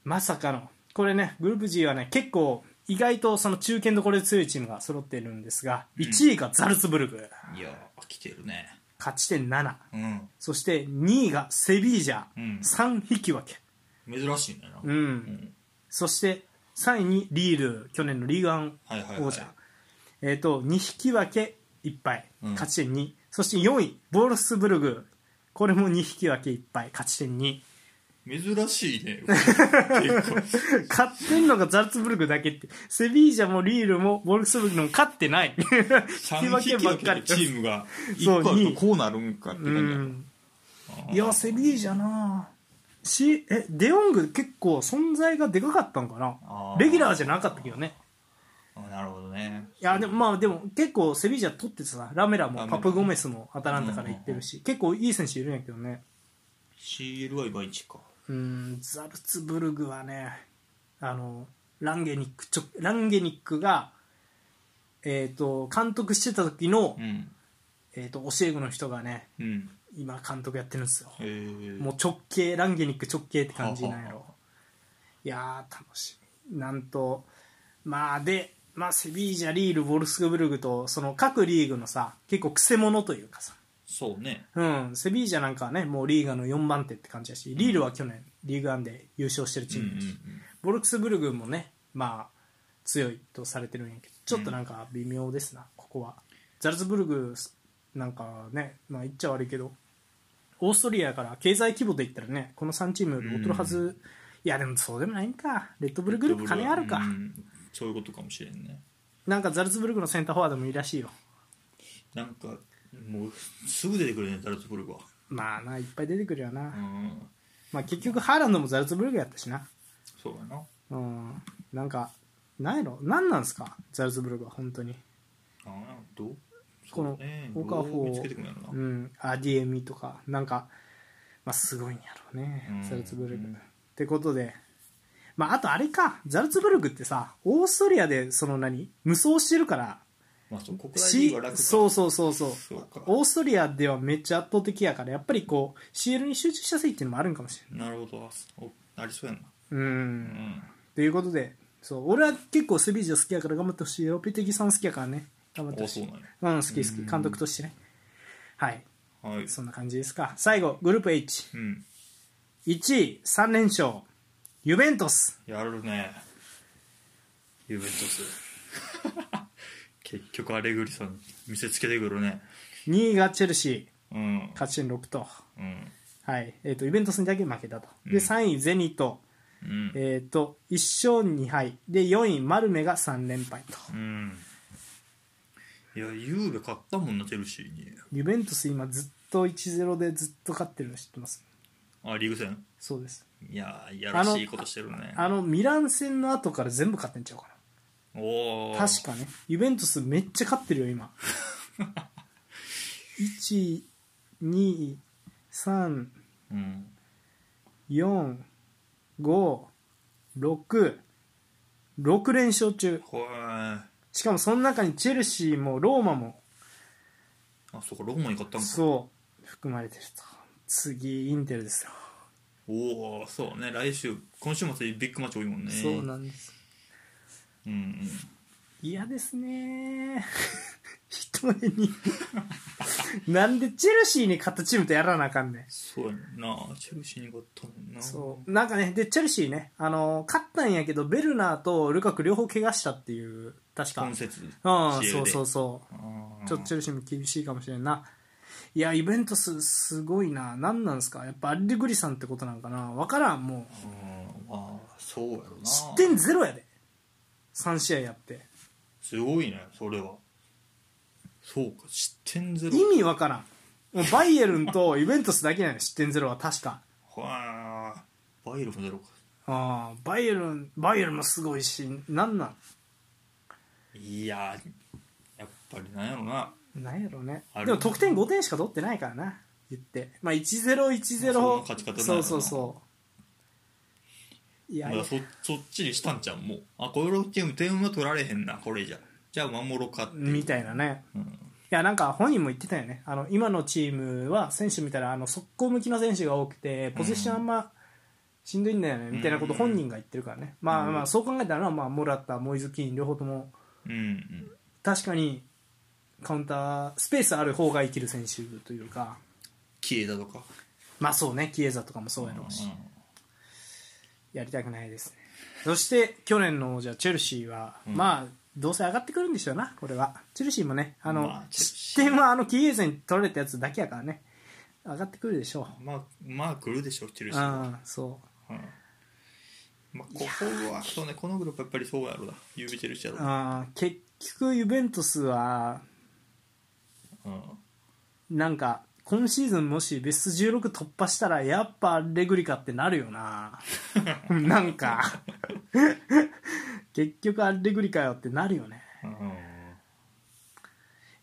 Speaker 1: まさかのこれねグループ G はね結構意外とその中堅どころで強いチームが揃っているんですが1位がザルツブルグ
Speaker 2: いやー来てるね
Speaker 1: 勝ち点7
Speaker 2: うん
Speaker 1: そして2位がセビージャ、
Speaker 2: うん
Speaker 1: 3引き分け
Speaker 2: 珍しいねな
Speaker 1: うん、そして3位にリール去年のリーグワン
Speaker 2: はいはいはい
Speaker 1: 王者、えーっと2引き分け1敗
Speaker 2: うん
Speaker 1: 勝ち点2、そして4位、ボルフスブルグ。これも2匹分け1敗、勝ち点2。
Speaker 2: 珍し いね結構
Speaker 1: 勝ってんのがザルツブルグだけって。セビージャもリールもボルフスブルグも勝ってない。引き
Speaker 2: 3
Speaker 1: 分け
Speaker 2: 匹
Speaker 1: ばっ
Speaker 2: だ
Speaker 1: かり
Speaker 2: けの。チームが
Speaker 1: そう
Speaker 2: 1個ある
Speaker 1: いい
Speaker 2: とこうなるんかって
Speaker 1: う
Speaker 2: 感
Speaker 1: ん。
Speaker 2: じ
Speaker 1: いや、セビージャなし、え、デヨング結構存在がでかかったんか
Speaker 4: あ
Speaker 1: な
Speaker 4: ー
Speaker 1: レギュラーじゃなかったけどね。
Speaker 2: あなるほどね
Speaker 1: いやでもまあでも結構セビージャ取っててさラメラ
Speaker 2: ラ
Speaker 1: も
Speaker 2: メラ
Speaker 1: パプゴメスもアタランタから行ってるし、結構いい選手いるんやけどね
Speaker 2: CLI 倍1か
Speaker 1: うーんザルツブルグはねあのランゲニックちょランゲニックが、えー、と監督してた時の、
Speaker 2: うん
Speaker 1: えー、と教え子の人がね
Speaker 2: うん
Speaker 1: 今監督やってるんですよ
Speaker 2: えー、
Speaker 1: もう直系ランゲニック直系って感じなんや
Speaker 2: はは
Speaker 1: ろ
Speaker 2: はい
Speaker 1: やー楽しみなんとまあで、まあ、セビージャリールボルフスブルグとその各リーグのさ結構くせ者というかさ
Speaker 2: そうね
Speaker 1: うん、セビージャなんかはねもうリーガの4番手って感じだしリールは去年リーグワンで優勝してるチームだし、ボルクスブルグもねまあ強いとされてるんやけどちょっとなんか微妙ですな、ここはザルツブルグなんかね、まあ、言っちゃ悪いけどオーストリアから経済規模で言ったらねこの3チームより劣るはず、
Speaker 2: う
Speaker 1: いやでもそうでもないんかレッドブルグループ金あるか、
Speaker 2: うんそういうことかもしれんね
Speaker 1: なんかザルツブルグのセンターフォワードもいいらしいよ
Speaker 2: なんかもうすぐ出てくるねザルツブルクは
Speaker 1: まあないっぱい出てくるよな、
Speaker 2: うん
Speaker 1: まあ、結局ハーランドもザルツブルグやったしな
Speaker 2: そうだな
Speaker 1: うん、なんか、なんやろ、なんなんすか、ザルツブルクは、本当に。
Speaker 2: ああどう
Speaker 1: この
Speaker 2: そうね
Speaker 1: オカフ
Speaker 2: どう見
Speaker 1: ォ
Speaker 2: つけてくんやろ
Speaker 1: ー、
Speaker 2: な
Speaker 1: うん、アディエミとか、なんか、まあ、すごいんやろうね、
Speaker 2: うん
Speaker 1: ザルツブルク。
Speaker 2: うん
Speaker 1: ってことで、まあ、あとあれか、ザルツブルクってさ、オーストリアで、その何、無双してるから、
Speaker 2: まあそう国内リ
Speaker 1: し
Speaker 2: ーグは楽か
Speaker 1: そうそうそうそう
Speaker 2: そうか
Speaker 1: オーストリアではめっちゃ圧倒的やから、やっぱりこう、CL に集中しやすいっていうのもあるんかもしれない。
Speaker 2: なるほどおありそうやな
Speaker 1: うん
Speaker 2: うん
Speaker 1: ということでそう俺は結構セビージャ好きやから頑張ってほしいよペテギさん好きやからね頑張って
Speaker 2: あ
Speaker 1: ほ
Speaker 2: そ
Speaker 1: し
Speaker 2: う
Speaker 1: い
Speaker 2: なん
Speaker 1: うん
Speaker 2: や
Speaker 1: 好き好き監督としてねはい
Speaker 2: はい
Speaker 1: そんな感じですか最後グループ
Speaker 2: う
Speaker 1: H1
Speaker 2: ん
Speaker 1: 位3連勝ユベントス
Speaker 2: やるねユベント ス結局アレグリさん見せつけてくるね
Speaker 1: 2位がチェルシ
Speaker 2: うん
Speaker 1: ー勝ち点6と
Speaker 2: うん
Speaker 1: はいえー、とイベントスにだけ負けたと、で
Speaker 2: うん
Speaker 1: 3位ゼニト、
Speaker 2: うん
Speaker 1: えー、と1勝2敗で4位マルメが3連敗と
Speaker 2: うんいやゆうべ勝ったもんなチェルシーに
Speaker 1: ユベントス今ずっと1-0でずっと勝ってるの知ってます
Speaker 2: あリーグ戦
Speaker 1: そうです
Speaker 2: いやいやらしいことしてるね
Speaker 1: あのミラン戦の後から全部勝ってんちゃうかな
Speaker 2: おお
Speaker 1: 確かねユベントスめっちゃ勝ってるよ 今1234567
Speaker 2: うん
Speaker 1: 6連勝中
Speaker 2: ほー
Speaker 1: しかもその中にチェルシーもローマも
Speaker 2: あそうかローマに勝ったんか
Speaker 1: そう含まれてると次インテルですよ、
Speaker 2: おおそうね来週今週末ビッグマッチ多いもんね
Speaker 1: そうなんです
Speaker 2: うんうん
Speaker 1: 嫌ですね 一重に なんでチェルシーに勝ったチームとやらなあかんねん
Speaker 2: そうやんなチェルシーに勝ったもんな
Speaker 1: そうなんかねでチェルシーねあの勝ったんやけどベルナーとルカク両方怪我したっていう確か
Speaker 2: 今節
Speaker 1: うん
Speaker 2: 試合
Speaker 1: そう
Speaker 2: で
Speaker 1: そうそう
Speaker 2: あー
Speaker 1: ちょっとチェルシーも厳しいかもしれんないやイベントスすごいな何なんすかやっぱアリグリさんってことなんかな分からんもう
Speaker 2: うんまあそうやろな
Speaker 1: 失点ゼロやで3試合やって
Speaker 2: すごいねそれはそうか失点ゼロ
Speaker 1: 意味分からんもうバイエルンとイベントスだけやねん失点ゼロは確か
Speaker 2: はあバイエルンもゼロか
Speaker 1: あーバイエルンバイエルンもすごいしなんなん
Speaker 2: いややっぱりなんやろな
Speaker 1: なんやろうね
Speaker 2: ある
Speaker 1: でも得点5点しか取ってないからな言ってまあ1-0-1-0
Speaker 2: まあそんな勝ち方ないよ
Speaker 1: そ
Speaker 2: な
Speaker 1: うそうそういや
Speaker 2: いやそそっちにしたんちゃうもうあこのチーム点は取られへんなこれじゃじゃあ守ろうかっていう
Speaker 1: みたいなね
Speaker 2: うん
Speaker 1: いやなんか本人も言ってたよねあの今のチームは選手見たらあの速攻向きの選手が多くてポジションあんましんどいんだよねみたいなこと本人が言ってるからね、まあまあそう考えたらまあモラタモイズキーン両方とも
Speaker 2: うんうん
Speaker 1: 確かにカウンタースペースある方が生きる選手というか
Speaker 2: 消えたとか
Speaker 1: まあそうねキエザとかもそうやろうし、
Speaker 2: う
Speaker 1: やりたくないですねそして去年のじゃあチェルシーは、まあどうせ上がってくるんでしょうな、これは。チェルシーもね、あの、
Speaker 2: まあチェル
Speaker 1: 失
Speaker 2: シー
Speaker 1: 点はあの、キーエーゼに取られたやつだけやからね、上がってくるでしょ
Speaker 2: まあまあ来るでしょうチェル
Speaker 1: う。
Speaker 2: シーは
Speaker 1: うん、そう。
Speaker 2: うんまあここはそうねこのグループやっぱりそうやろうなユービチェルシーやろうな
Speaker 1: あー結局ユベントスは
Speaker 2: うん
Speaker 1: なんか今シーズンもしベスト16突破したらやっぱレグリカってなるよ ななんか 結局あれレグリカよってなるよね
Speaker 2: うん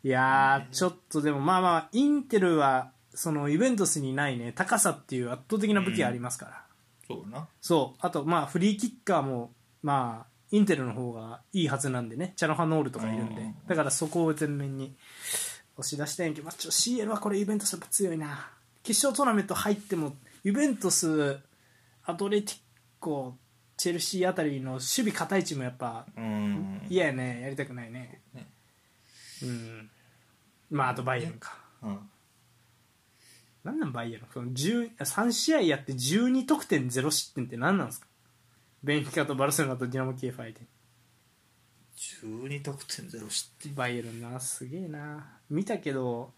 Speaker 1: いやーちょっとでもまあまあインテルはそのユベントスにないね高さっていう圧倒的な武器がありますから、
Speaker 2: そうやな
Speaker 1: そうあとまあフリーキッカーもまあインテルの方がいいはずなんでねチャノハノールとかいるんで
Speaker 2: うん
Speaker 1: だからそこを全面に押し出したいんやけど、まあ、ちょ CL はこれユベントスやっぱ強いな決勝トーナメント入ってもユベントスアトレティッコチェルシーあたりの守備堅いチームやっぱ
Speaker 2: うん
Speaker 1: 嫌やねやりたくないね
Speaker 2: ね
Speaker 1: うんまああとバイエルンか
Speaker 2: うん
Speaker 1: なんなんバイエルンその10 3試合やって12得点0失点って何なんですかベンフィカとバルセロナとディナモ・キエフ相手に
Speaker 2: 12得点ゼロ失点
Speaker 1: バイエルンなすげえな見たけど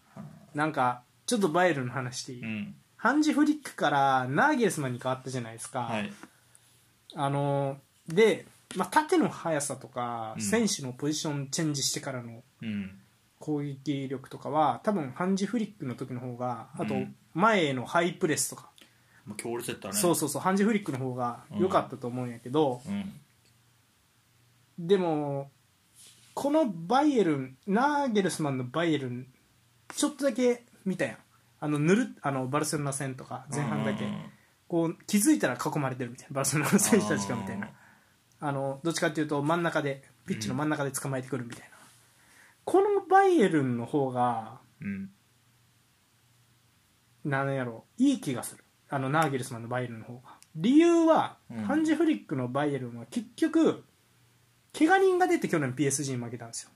Speaker 1: なんかちょっとバイエルンの話していい、
Speaker 2: うん
Speaker 1: ハンジ・フリックからナーゲルスマンに変わったじゃないですか、
Speaker 2: はい
Speaker 1: あので、まあ、縦の速さとか、
Speaker 2: うん
Speaker 1: 選手のポジションチェンジしてからの
Speaker 2: うん
Speaker 1: 攻撃力とかは多分ハンジ・フリックの時の方があと
Speaker 2: うん
Speaker 1: 前へのハイプレスとか、
Speaker 2: まあ強烈やったね
Speaker 1: そうそうそうハンジ・フリックの方が良かったと思うんやけど、
Speaker 2: うん
Speaker 1: でもこのバイエルンナーゲルスマンのバイエルンちょっとだけ見たやんあのぬるあのバルセロナ戦とか前半だけ、
Speaker 2: うんうんうん
Speaker 1: こう気づいたら囲まれてるみたいなバルセロナの選手たちがみたいなあのどっちかっていうと真ん中でピッチの真ん中で捕まえてくるみたいな、このバイエルンの方が
Speaker 2: うん
Speaker 1: なんやろいい気がするあのナーゲルスマンのバイエルンの方が理由は、
Speaker 2: うん
Speaker 1: ハンジ・フリックのバイエルンは結局怪我人が出て去年 PSG に負けたんですよ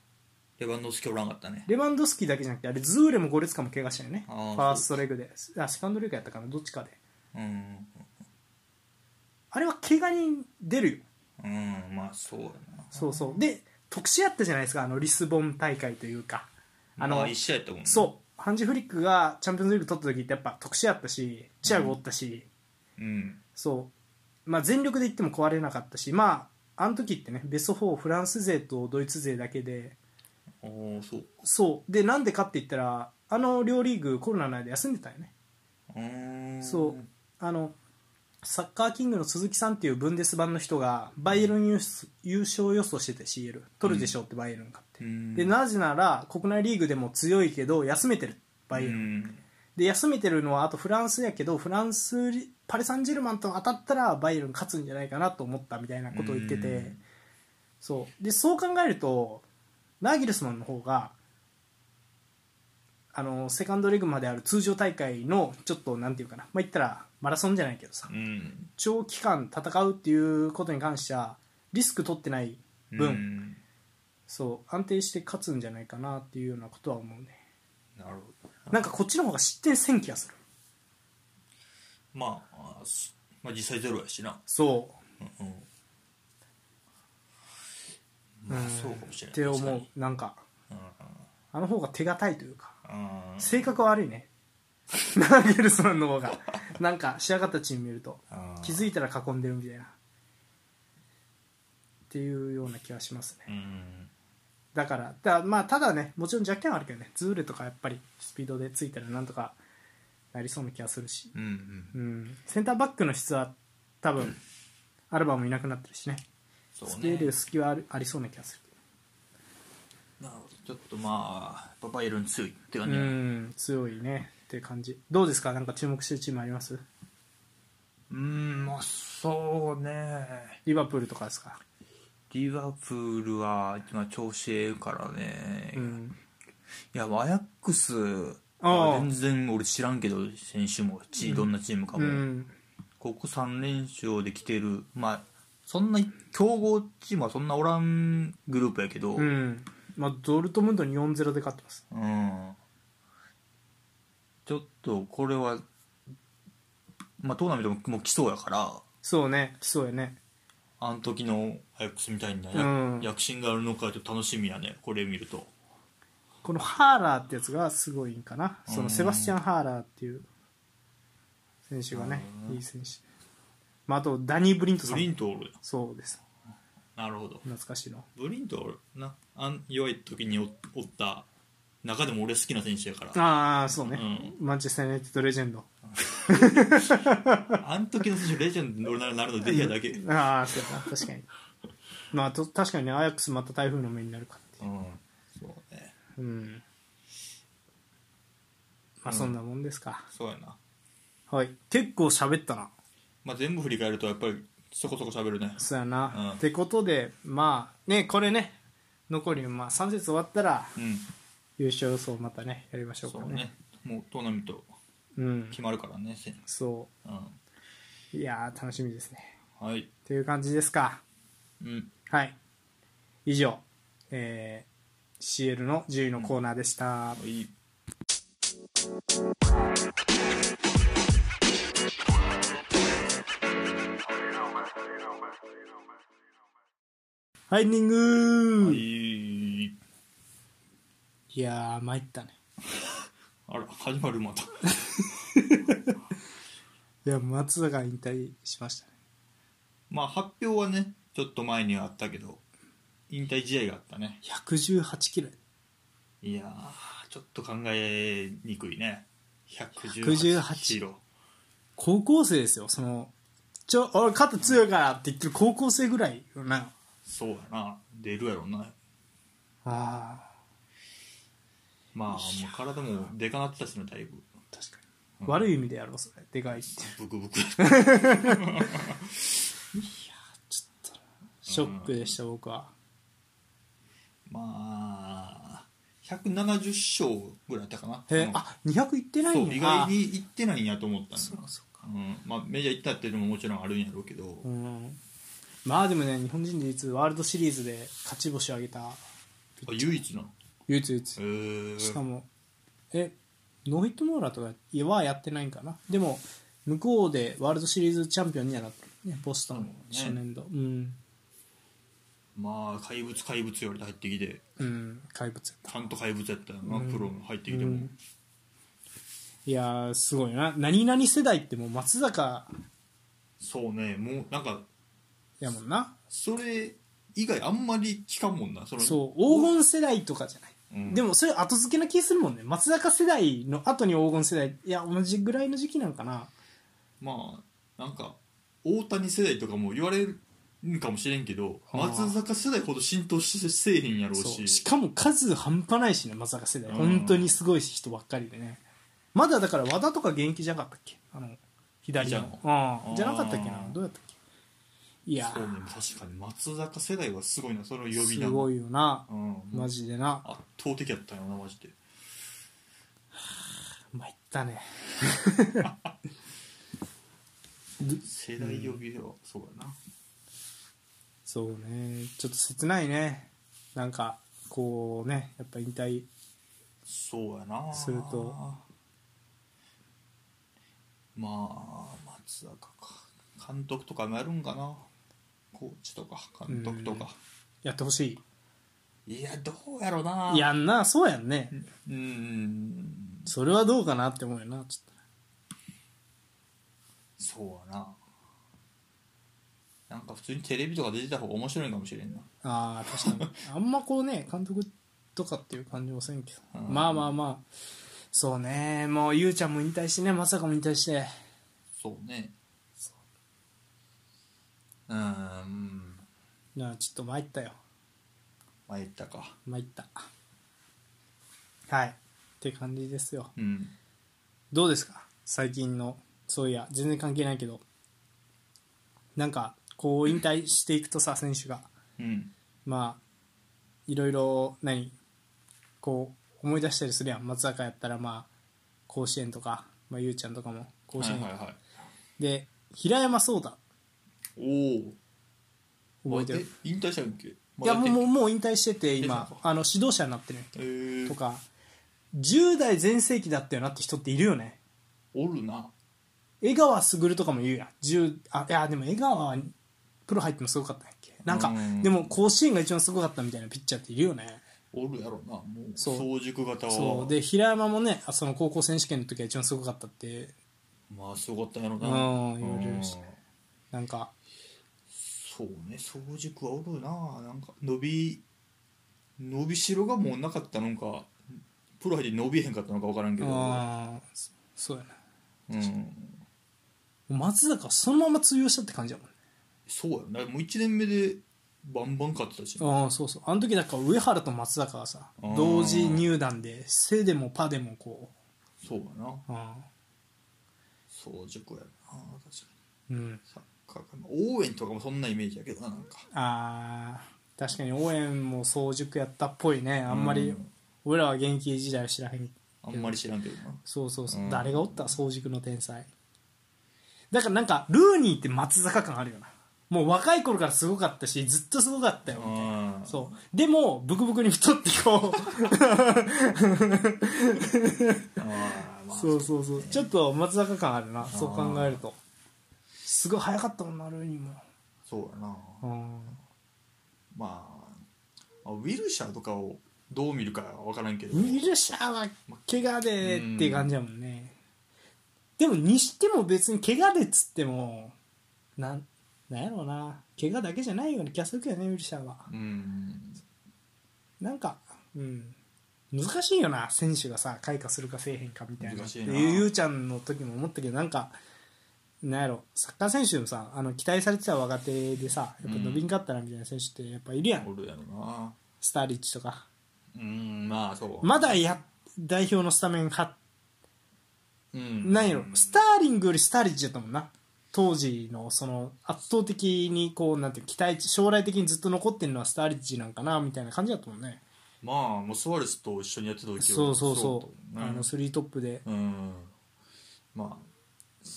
Speaker 2: レバンドフスキおらんかったね
Speaker 1: レバンドフスキだけじゃなくてあれズーレもゴレツカも怪我したよねフ
Speaker 2: あー
Speaker 1: ァーストレグであセカンドレグやったかなどっちかで
Speaker 2: うん
Speaker 1: あれは怪我人出るよ
Speaker 2: うんまあそうやな
Speaker 1: そうそうで特殊やったじゃないですかあのリスボン大会というかあの、
Speaker 2: まあ一試合やったもんね
Speaker 1: そうハンジ・フリックがチャンピオンズリーグ取った時ってやっぱ特殊やったしチアゴおったし、
Speaker 2: うん
Speaker 1: そう、まあ、全力で言っても壊れなかったしまああの時ってねベスト4フランス勢とドイツ勢だけで
Speaker 2: おおそう
Speaker 1: そうでなんでかって言ったらあの両リーグコロナの間休んでたよね
Speaker 2: うーん
Speaker 1: そうあのサッカーキングの鈴木さんっていうブンデス版の人がバイエルン優勝優勝予想してて CL 取るでしょうってバイエルンがって、
Speaker 2: うん
Speaker 1: でなぜなら国内リーグでも強いけど休めてるバイエルン、
Speaker 2: うん
Speaker 1: で休めてるのはあとフランスやけどフランスリパリ・サンジェルマンと当たったらバイエルン勝つんじゃないかなと思ったみたいなことを言ってて、
Speaker 2: うん
Speaker 1: そうでそう考えるとナーギルスマンの方があのセカンドレグまである通常大会のちょっとなんていうかなまあ言ったらマラソンじゃないけどさ
Speaker 2: うん
Speaker 1: 長期間戦うっていうことに関してはリスク取ってない分、
Speaker 2: うん
Speaker 1: そう安定して勝つんじゃないかなっていうようなことは思うね
Speaker 2: なるほど
Speaker 1: なんかこっちの方が失点せん気がする
Speaker 2: まああすまあ実際ゼロやしな
Speaker 1: そう
Speaker 2: うんまあそうかもしれない
Speaker 1: って
Speaker 2: 確か
Speaker 1: 思
Speaker 2: に
Speaker 1: うなんか
Speaker 2: うん
Speaker 1: あの方が手堅いというか
Speaker 2: うん
Speaker 1: 性格は悪いね ナーゲルスマンの方がなんか仕上がったチーム見ると
Speaker 2: うん
Speaker 1: 気づいたら囲んでるみたいなっていうような気はします
Speaker 2: う
Speaker 1: ね
Speaker 2: ん
Speaker 1: だからだまあただねもちろん若干はあるけどねズーレとかやっぱりスピードでついたらなんとかなりそうな気がするし、
Speaker 2: うんうん
Speaker 1: うん、センターバックの質は多分アルバもいなくなってるしね
Speaker 2: そうね
Speaker 1: スケール隙はあるありそうな気がする
Speaker 2: なるほどちょっとまあパパイルン強いって感
Speaker 1: う
Speaker 2: じやなん
Speaker 1: 強いねって感じどうですかなんか注目してるチームあります
Speaker 4: うんまあそうね
Speaker 1: リバプールとかですか
Speaker 4: リバプールは今調子ええからね、
Speaker 1: うん
Speaker 4: いやアヤックス
Speaker 1: ああ
Speaker 4: は全然俺知らんけど選手もチーどんなチームか
Speaker 1: う
Speaker 4: も、
Speaker 1: ん
Speaker 4: ここ3連勝できてるまあそんな強豪チームはそんなおらんグループやけど、
Speaker 1: うんまあドルトムントに4-0で勝ってます
Speaker 4: うんちょっとこれは、まあ、トーナメントももう来そうやから、
Speaker 1: そうね来そうやね
Speaker 2: あの時のアヤックスみたいな、
Speaker 1: うん
Speaker 2: 躍進があるのかちょっと楽しみやねこれ見ると
Speaker 1: このハーラーってやつがすごいんかなそのセバスチャン・ハーラーっていう選手がねいい選手、まあ、あとダニー・ブリントさ
Speaker 2: ブリ
Speaker 1: ん
Speaker 2: ントおる
Speaker 1: そうです
Speaker 2: なるほど
Speaker 1: 懐かしいの
Speaker 2: ブリントおるなあん弱い時におおった中でも俺好きな選手やから
Speaker 1: ああそうね、
Speaker 2: う
Speaker 1: マンチェスター・ユナイテッドレジェンド
Speaker 2: あの時の選手レジェンドになるのできやだけうん
Speaker 1: あ あそうだな確かにまあと確かにねアヤックスまた台風の目になるかってい
Speaker 2: そうね
Speaker 1: ううんまあそんなもんですか、
Speaker 2: そうやな、
Speaker 1: はい結構喋ったな
Speaker 2: まあ、全部振り返るとやっぱりそこそこ喋るね
Speaker 1: そうやな、
Speaker 2: うん
Speaker 1: ってことでまあねこれね残りまあ3節終わったら
Speaker 2: うん
Speaker 1: 優勝予想またねやりましょう
Speaker 2: そ
Speaker 1: か
Speaker 2: う
Speaker 1: ね
Speaker 2: ねもうトーナメント
Speaker 1: うん
Speaker 2: 決まるからねせん
Speaker 1: そ
Speaker 2: うん
Speaker 1: ういやー楽しみですね
Speaker 2: はい
Speaker 1: という感じですか
Speaker 2: うん
Speaker 1: はい以上えー、CL の10位のコーナーでした、
Speaker 2: はい
Speaker 1: ハイニングー、い、
Speaker 2: はい
Speaker 1: やー参ったね
Speaker 2: あら始まるまた
Speaker 1: いや松坂引退しましたね
Speaker 2: まあ発表はねちょっと前にはあったけど引退試合があったね
Speaker 1: 118キロ
Speaker 2: いやーちょっと考えにくいね118
Speaker 1: 118
Speaker 2: キロ
Speaker 1: 高校生ですよそのちょ俺肩強いからって言ってる高校生ぐらいよな
Speaker 2: そうやな出るやろな
Speaker 1: ああ
Speaker 2: まあもう体もでかなってたしねだいぶ
Speaker 1: 確かに、悪い意味でやろうそれでかいって
Speaker 2: ブクブ ク
Speaker 1: ショックでした、僕は
Speaker 2: まあ170勝ぐらいやったかな
Speaker 1: へえ、
Speaker 2: うん
Speaker 1: あ200いってない
Speaker 2: そ
Speaker 1: ん
Speaker 2: う
Speaker 1: や
Speaker 2: 意外
Speaker 1: あ
Speaker 2: に行ってないんやと思ったん
Speaker 1: そう
Speaker 2: だ
Speaker 1: かそうか
Speaker 2: うんまあ、メジャー行ったっていうのももちろんあるんやろうけど、
Speaker 1: うんまあでもね日本人で唯一ワールドシリーズで勝ち星を挙げた
Speaker 2: あ唯一なの
Speaker 1: 唯一唯一
Speaker 2: へー
Speaker 1: しかもえノーヒットノーランとかはやってないんかなでも向こうでワールドシリーズチャンピオンにはなってるねボストンの初年度うん、
Speaker 2: まあ怪物怪物より入ってきて
Speaker 1: うん、怪物やった
Speaker 2: ちゃんと怪物やったよな、プロの入ってきても、
Speaker 1: うんいやーすごいな何々世代ってもう松坂
Speaker 2: そうねもうなんか
Speaker 1: やもんな
Speaker 2: それ以外あんまり聞かんもんなその
Speaker 1: そう黄金世代とかじゃない、
Speaker 2: うん
Speaker 1: でもそれ後付けな気するもんね松坂世代の後に黄金世代いや同じぐらいの時期なんかな
Speaker 2: まあなんか大谷世代とかも言われるんかもしれんけど
Speaker 1: あー
Speaker 2: 松坂世代ほど浸透しせえへんやろう
Speaker 1: そう
Speaker 2: し
Speaker 1: しかも数半端ないしね松坂世代
Speaker 2: うん
Speaker 1: 本当にすごい人ばっかりでねまだだから和田とか元気じゃなかったっけあの左
Speaker 2: じゃん
Speaker 1: のうんじゃなかったっけな
Speaker 2: あー
Speaker 1: どうやったっけいや
Speaker 2: そうね確かに松坂世代はすごいなその呼び名
Speaker 1: ーす
Speaker 2: も
Speaker 1: ごいよな
Speaker 2: うん、
Speaker 1: マジでな
Speaker 2: 圧倒的やったよなマジで
Speaker 1: 参ったね
Speaker 2: 世代呼びではそうやな、
Speaker 1: そうねちょっと切ないねなんかこうねやっぱ引退
Speaker 2: そうやな
Speaker 1: すると
Speaker 2: まあ松坂か監督とかもやるんかなコーチとか監督とか
Speaker 1: やってほしい
Speaker 2: いやどうやろない
Speaker 1: やんなそうやんね
Speaker 2: うん
Speaker 1: それはどうかなって思うよなちょっ
Speaker 2: そうやななんか普通にテレビとか出てた方が面白いかもしれんな
Speaker 1: とああ確かにあんまこうね監督とかっていう感じもせんけど
Speaker 2: うん
Speaker 1: まあまあまあそうねもうゆうちゃんも引退してねまさかも引退して
Speaker 2: そうねうーん
Speaker 1: なあちょっと参ったよ
Speaker 2: まあ言ったか
Speaker 1: 参ったはいって感じですよ
Speaker 2: うん
Speaker 1: どうですか最近のそういや全然関係ないけどなんかこう引退していくとさ選手が
Speaker 2: うん
Speaker 1: まあいろいろ何こう思い出したりするやん松坂やったらまあ甲子園とか、まあ、ゆうちゃんとかも甲
Speaker 2: は
Speaker 1: 子
Speaker 2: いは
Speaker 1: 園、
Speaker 2: いはい
Speaker 1: で平山壮太
Speaker 2: おお
Speaker 1: 覚えてる
Speaker 2: 引退したんけ
Speaker 1: いやもうもう
Speaker 2: う
Speaker 1: もう引退してて今
Speaker 2: 出てんの
Speaker 1: あの指導者になってる
Speaker 2: えー、
Speaker 1: とか10代全盛期だったよなって人っているよね
Speaker 2: おるな
Speaker 1: 江川卓とかも言うやん10あいやでも江川はプロ入ってもすごかったんやっけなんか
Speaker 2: うん
Speaker 1: でも甲子園が一番すごかったみたいなピッチャーっているよね
Speaker 2: おるやろなもう
Speaker 1: そう
Speaker 2: 早熟型は
Speaker 1: そうで平山もねあその高校選手権の時は一番すごかったって
Speaker 2: まあすごかったんやろな
Speaker 1: うん言われ
Speaker 2: う
Speaker 1: る
Speaker 2: ん
Speaker 1: しなんか
Speaker 2: そうね早熟はおるななんか伸び伸びしろがもうなかったのかプロ入って伸びへんかったのか分からんけど
Speaker 1: ああそそうやな
Speaker 2: うん
Speaker 1: 松坂はそのまま通用したって感じやもんね
Speaker 2: そうやなもう1年目でバンバン勝ってたしな
Speaker 1: ああそうそうあの時だから上原と松坂がさ
Speaker 2: うん
Speaker 1: 同時入団で背でもパでもこ
Speaker 2: そうやな
Speaker 1: ううん
Speaker 2: 早熟やな確かに
Speaker 1: うん
Speaker 2: サッカーか応援とかもそんなイメージやけどななんか
Speaker 1: あー確かに応援も早熟やったっぽいねあんまり
Speaker 2: うん
Speaker 1: 俺らは現役時代は知らへん
Speaker 2: あんまり知らんけどな
Speaker 1: そうそうそう、
Speaker 2: うん
Speaker 1: 誰がおった早熟の天才だからなんかルーニーって松坂感あるよなもう若い頃からすごかったしずっとすごかったよみたいな
Speaker 2: うん
Speaker 1: そうでもブクブクに太ってこ
Speaker 2: あー
Speaker 1: う
Speaker 2: まあ
Speaker 1: そうそうそうちょっと松坂感あるなそう考えるとすごい早かったもんなルーニーも
Speaker 2: そうやな
Speaker 1: うん
Speaker 2: まあまあウィルシャーとかをどう見るか分からんけど
Speaker 1: ウィルシャーは怪我でって感じやもんね、でもにしても別に怪我でっつってもなんなんやろうな怪我だけじゃないような気がするけどねウィルシャーは
Speaker 2: うん
Speaker 1: なんかうん難しいよな選手がさ開花するかせえへんかみたいな
Speaker 2: 難しい
Speaker 1: って
Speaker 2: な
Speaker 1: いうゆうちゃんの時も思ったけどなんかなんやろサッカー選手でもさあの期待されてた若手でさやっぱ伸びんかったなみたいな選手ってやっぱいるやん、
Speaker 2: おるやろな
Speaker 1: スターリッチとか
Speaker 2: うんまあそう
Speaker 1: まだや代表のスタメン張っ
Speaker 2: うん
Speaker 1: なんやろスターリングよりスターリッチだったもんな当時のその圧倒的にこうなんていうの期待値将来的にずっと残ってるのはスターリッチなんかなみたいな感じだったもんね
Speaker 2: まあもうスワレスと一緒にやってた時は
Speaker 1: そうそうそう
Speaker 2: だ
Speaker 1: あ
Speaker 2: もん
Speaker 1: の
Speaker 2: ね
Speaker 1: スリートップで
Speaker 2: うんまあ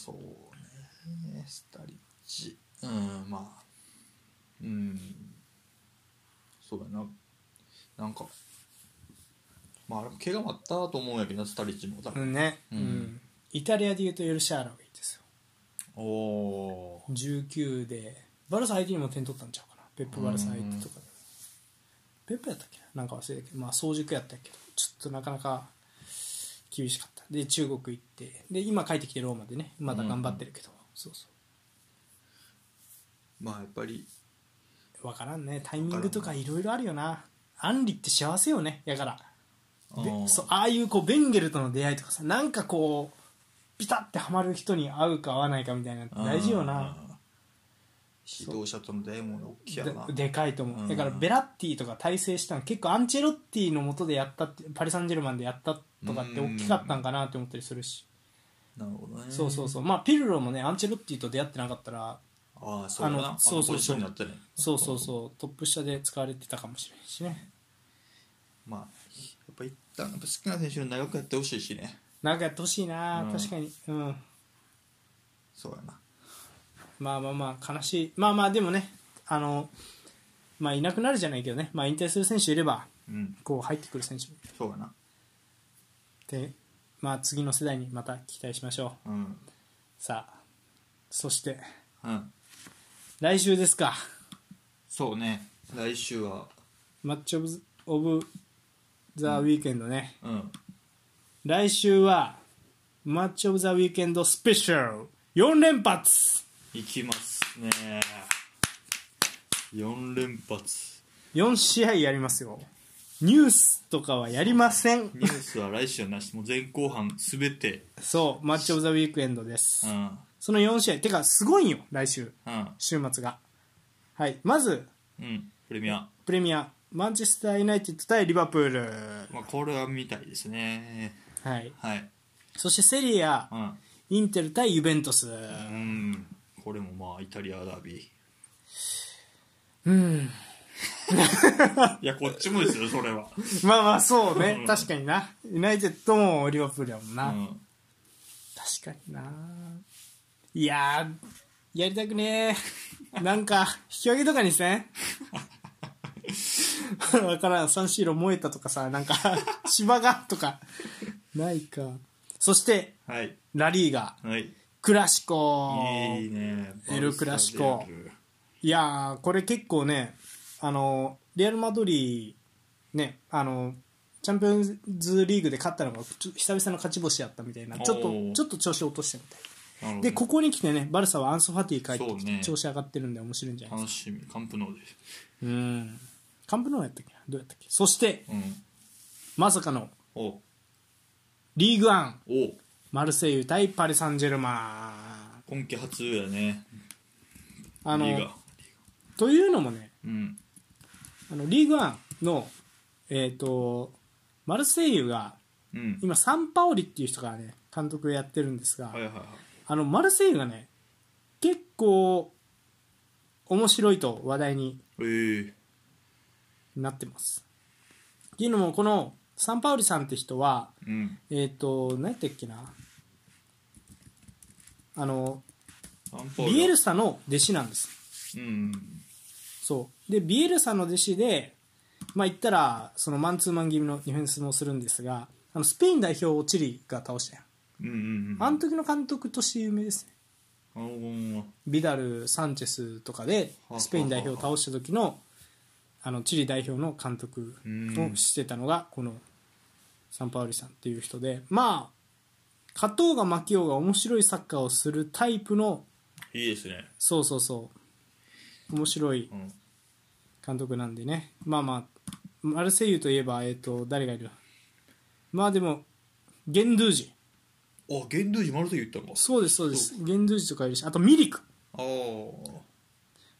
Speaker 2: そうねスタリッチうんまあうんそうやななんかまああれも怪我もあったと思うんやけどなスタリッチも多
Speaker 1: う
Speaker 2: 分、
Speaker 1: んね、う
Speaker 2: うんん
Speaker 1: イタリアでいうとエルシャーラがいいですよ
Speaker 2: おお
Speaker 1: 19でバルサ相手にも点取ったんちゃうかなペップバルサ相手とかでペップやったっけななんか忘れたけどまあ早熟やったけどちょっとなかなか厳しかったで中国行ってで今帰ってきてローマでねまだ頑張ってるけど、そうそ
Speaker 2: まあやっぱり
Speaker 1: う分からんねタイミングとかいろいろあるよなアンリって幸せよねやからで
Speaker 2: うん
Speaker 1: そうああいうこうベンゲルとの出会いとかさなんかこうピタッてハマる人に会うか会わないかみたいなのって大事よな
Speaker 2: うん指導者との出会いも大きいやな
Speaker 1: ででかいと思う、
Speaker 2: うん
Speaker 1: だからベラッティとか大成したの結構アンチェロッティのもとでやったってパリ・サンジェルマンでやったとかって大きかったんかなって思ったりするし、
Speaker 2: なるほどね
Speaker 1: そうそうそうまあピルロもねアンチェロッティと出会ってなかったら
Speaker 2: ああそうや
Speaker 1: あ
Speaker 2: な
Speaker 1: のそうそうそう
Speaker 2: あのポジションになったね
Speaker 1: そうそうそうトップ下で使われてたかもしれないしね
Speaker 2: まあやっぱ一旦やっぱ好きな選手の長くやってほしいしね
Speaker 1: 長くやってほしいな、
Speaker 2: うん
Speaker 1: 確かにうん
Speaker 2: そうやな
Speaker 1: まあまあまあ悲しいまあまあでもねあのまあいなくなるじゃないけどねまあ引退する選手いれば
Speaker 2: うん
Speaker 1: こう入ってくる選手も
Speaker 2: そうやな
Speaker 1: でまあ次の世代にまた期待しましょう
Speaker 2: うん
Speaker 1: さあそして
Speaker 2: うん
Speaker 1: 来週ですか
Speaker 2: そうね来週は
Speaker 1: マッチオブズ・オブ・ザ・ウィーケンドね、
Speaker 2: うん
Speaker 1: 来週はマッチオブ・ザ・ウィーケンドスペシャル4連発
Speaker 2: いきますね4連発
Speaker 1: 4試合やりますよニュースとかはやりません
Speaker 2: ニュースは来週はなしもう前後半すべ て
Speaker 1: そうマッチオブ・ザ・ウィークエンドです、
Speaker 2: うん
Speaker 1: その4試合てかすごいんよ来週
Speaker 2: うん
Speaker 1: 週末がはいまず
Speaker 2: うんプレミア
Speaker 1: プレミアマンチェスター・ユナイテッド対リバプール
Speaker 2: まあこれは見たいですね
Speaker 1: はい
Speaker 2: はい
Speaker 1: そしてセリア
Speaker 2: うん
Speaker 1: インテル対ユベントス、
Speaker 2: うんこれもまあイタリアダービ
Speaker 1: うん
Speaker 2: ーいやこっちもですよそれは
Speaker 1: まあまあそうね
Speaker 2: うん
Speaker 1: 確かになユナイテッドもリバプールやもん
Speaker 2: う
Speaker 1: な、
Speaker 2: ん
Speaker 1: 確かにないやーやりたくね ーなんか引き分けとかにせん わからんサンシーロ燃えたとかさなんか 芝がとかないかそして
Speaker 2: はい
Speaker 1: ラリーガ
Speaker 2: はい
Speaker 1: クラシコ
Speaker 2: いいね
Speaker 1: エルクラシコ
Speaker 2: バルサでやる
Speaker 1: いいやーこれ結構ねあのレアル・マドリーねあのチャンピオンズリーグで勝ったのがちょ久々の勝ち星やったみたいなちょっ
Speaker 2: お
Speaker 1: と
Speaker 2: ー
Speaker 1: ちょっと調子落としてみたい
Speaker 2: なるほど
Speaker 1: でここに来てねバルサはアンソファティ帰って
Speaker 2: そう
Speaker 1: きて、
Speaker 2: ね
Speaker 1: 調子上がってるんで面白いんじゃないで
Speaker 2: 楽しみカンプノーです
Speaker 1: かうんカンプノーやったっけなどうやったっけそして
Speaker 2: うん
Speaker 1: まさかの
Speaker 2: おう
Speaker 1: リーグワン
Speaker 2: おう
Speaker 1: マルセイユ対パリ・サンジェルマン
Speaker 2: 今季初やね
Speaker 1: あ
Speaker 2: リー
Speaker 1: の
Speaker 2: ガ
Speaker 1: というのもね
Speaker 2: うん
Speaker 1: あのリーグワンの、えー、とマルセイユが
Speaker 2: うん
Speaker 1: 今サンパオリっていう人がね監督やってるんですが、
Speaker 2: はいはいはい
Speaker 1: あのマルセイユがね結構面白いと話題に
Speaker 2: えー、
Speaker 1: なってますっていうのもこのサンパウリさんって人は
Speaker 2: うん
Speaker 1: えっ、と何やったっけなあの
Speaker 2: アンパウロ
Speaker 1: ビエルサの弟子なんです
Speaker 2: うん
Speaker 1: そうでビエルサの弟子でまあ言ったらそのマンツーマン気味のディフェンスもするんですがあのスペイン代表をチリが倒したやん
Speaker 2: うんうんうん
Speaker 1: あの時の監督として有名ですね
Speaker 2: あのー
Speaker 1: ビダル・サンチェスとかでスペイン代表を倒した時のあのチリ代表の監督をしてたのがこのサンパウリさんっていう人でまあ勝とうが負けようが面白いサッカーをするタイプの
Speaker 2: いいですね
Speaker 1: そうそうそう面白い
Speaker 2: うん
Speaker 1: 監督なんでねまあまあマルセイユといえば、えー、と誰がいるまあでもゲンドゥージ
Speaker 2: あゲンドゥージマルセイユ行ったか
Speaker 1: そうですそうですゲンドゥージとかいるしあとミリク
Speaker 2: ああ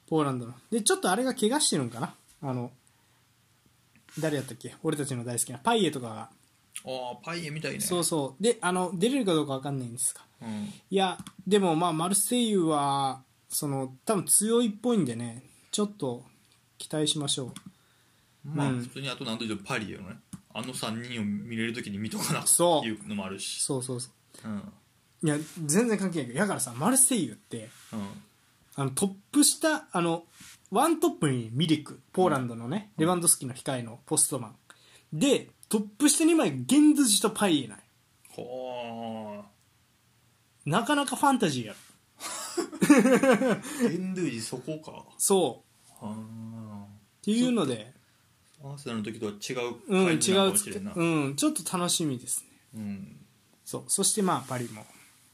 Speaker 1: ポーランドのでちょっとあれが怪我してるんかなあの誰やったっけ俺たちの大好きなパイエとかが、
Speaker 2: ああパイエみたいね
Speaker 1: そうそうであの出れるかどうか分かんないんですが
Speaker 2: うん、
Speaker 1: いやでもまあマルセイユはその多分強いっぽいんでねちょっと期待しましょう
Speaker 2: まあ
Speaker 1: うん
Speaker 2: 普通にあと何と言ってもパリよねあの3人を見れるときに見とかな
Speaker 1: そう
Speaker 2: っていうのもあるし
Speaker 1: そうそうそ
Speaker 2: うんうん
Speaker 1: ういや全然関係ないけどだからさマルセイユってあのトップ下あのワントップにミリクポーランドのね、レバンドフスキの控えのポストマンでトップ下2枚ゲンズジとパイエない
Speaker 2: ほ
Speaker 1: なかなかファンタジーやろ
Speaker 2: ーゲンドゥージそこか
Speaker 1: そう
Speaker 2: はあ
Speaker 1: っていうので
Speaker 2: アーセナルの時とは違う
Speaker 1: うん違
Speaker 2: 感じなの
Speaker 1: う
Speaker 2: かも
Speaker 1: つ
Speaker 2: し
Speaker 1: け
Speaker 2: れんな
Speaker 1: うんちょっと楽しみですね
Speaker 2: うん
Speaker 1: そうそしてまあパリも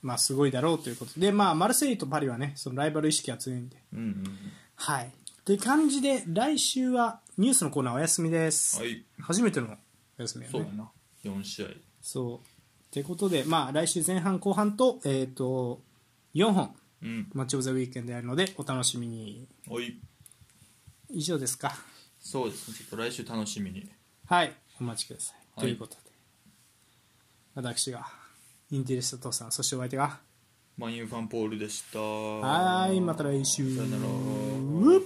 Speaker 1: まあすごいだろうということでまあマルセイユとパリはねそのライバル意識が強いんで
Speaker 2: うんうん
Speaker 1: はいって感じで来週はニュースのコーナーお休みです、
Speaker 2: はい
Speaker 1: 初めてのお休みや
Speaker 2: そう
Speaker 1: ね
Speaker 2: やな4試合
Speaker 1: そうってことでまあ来週前半後半とえっ、と4本
Speaker 2: うん
Speaker 1: マッチ・オブ・ザ・ウィークエンドやるのでお楽しみに
Speaker 2: おい
Speaker 1: 以上ですか
Speaker 2: そうですねちょっと来週楽しみに
Speaker 1: はい、お待ちください。
Speaker 2: はい
Speaker 1: ということで、私が、インテリスト父さん、そしてお相手が、
Speaker 2: マンユーファンポールでした
Speaker 1: はーい、また来週。
Speaker 2: さよなら
Speaker 1: うっ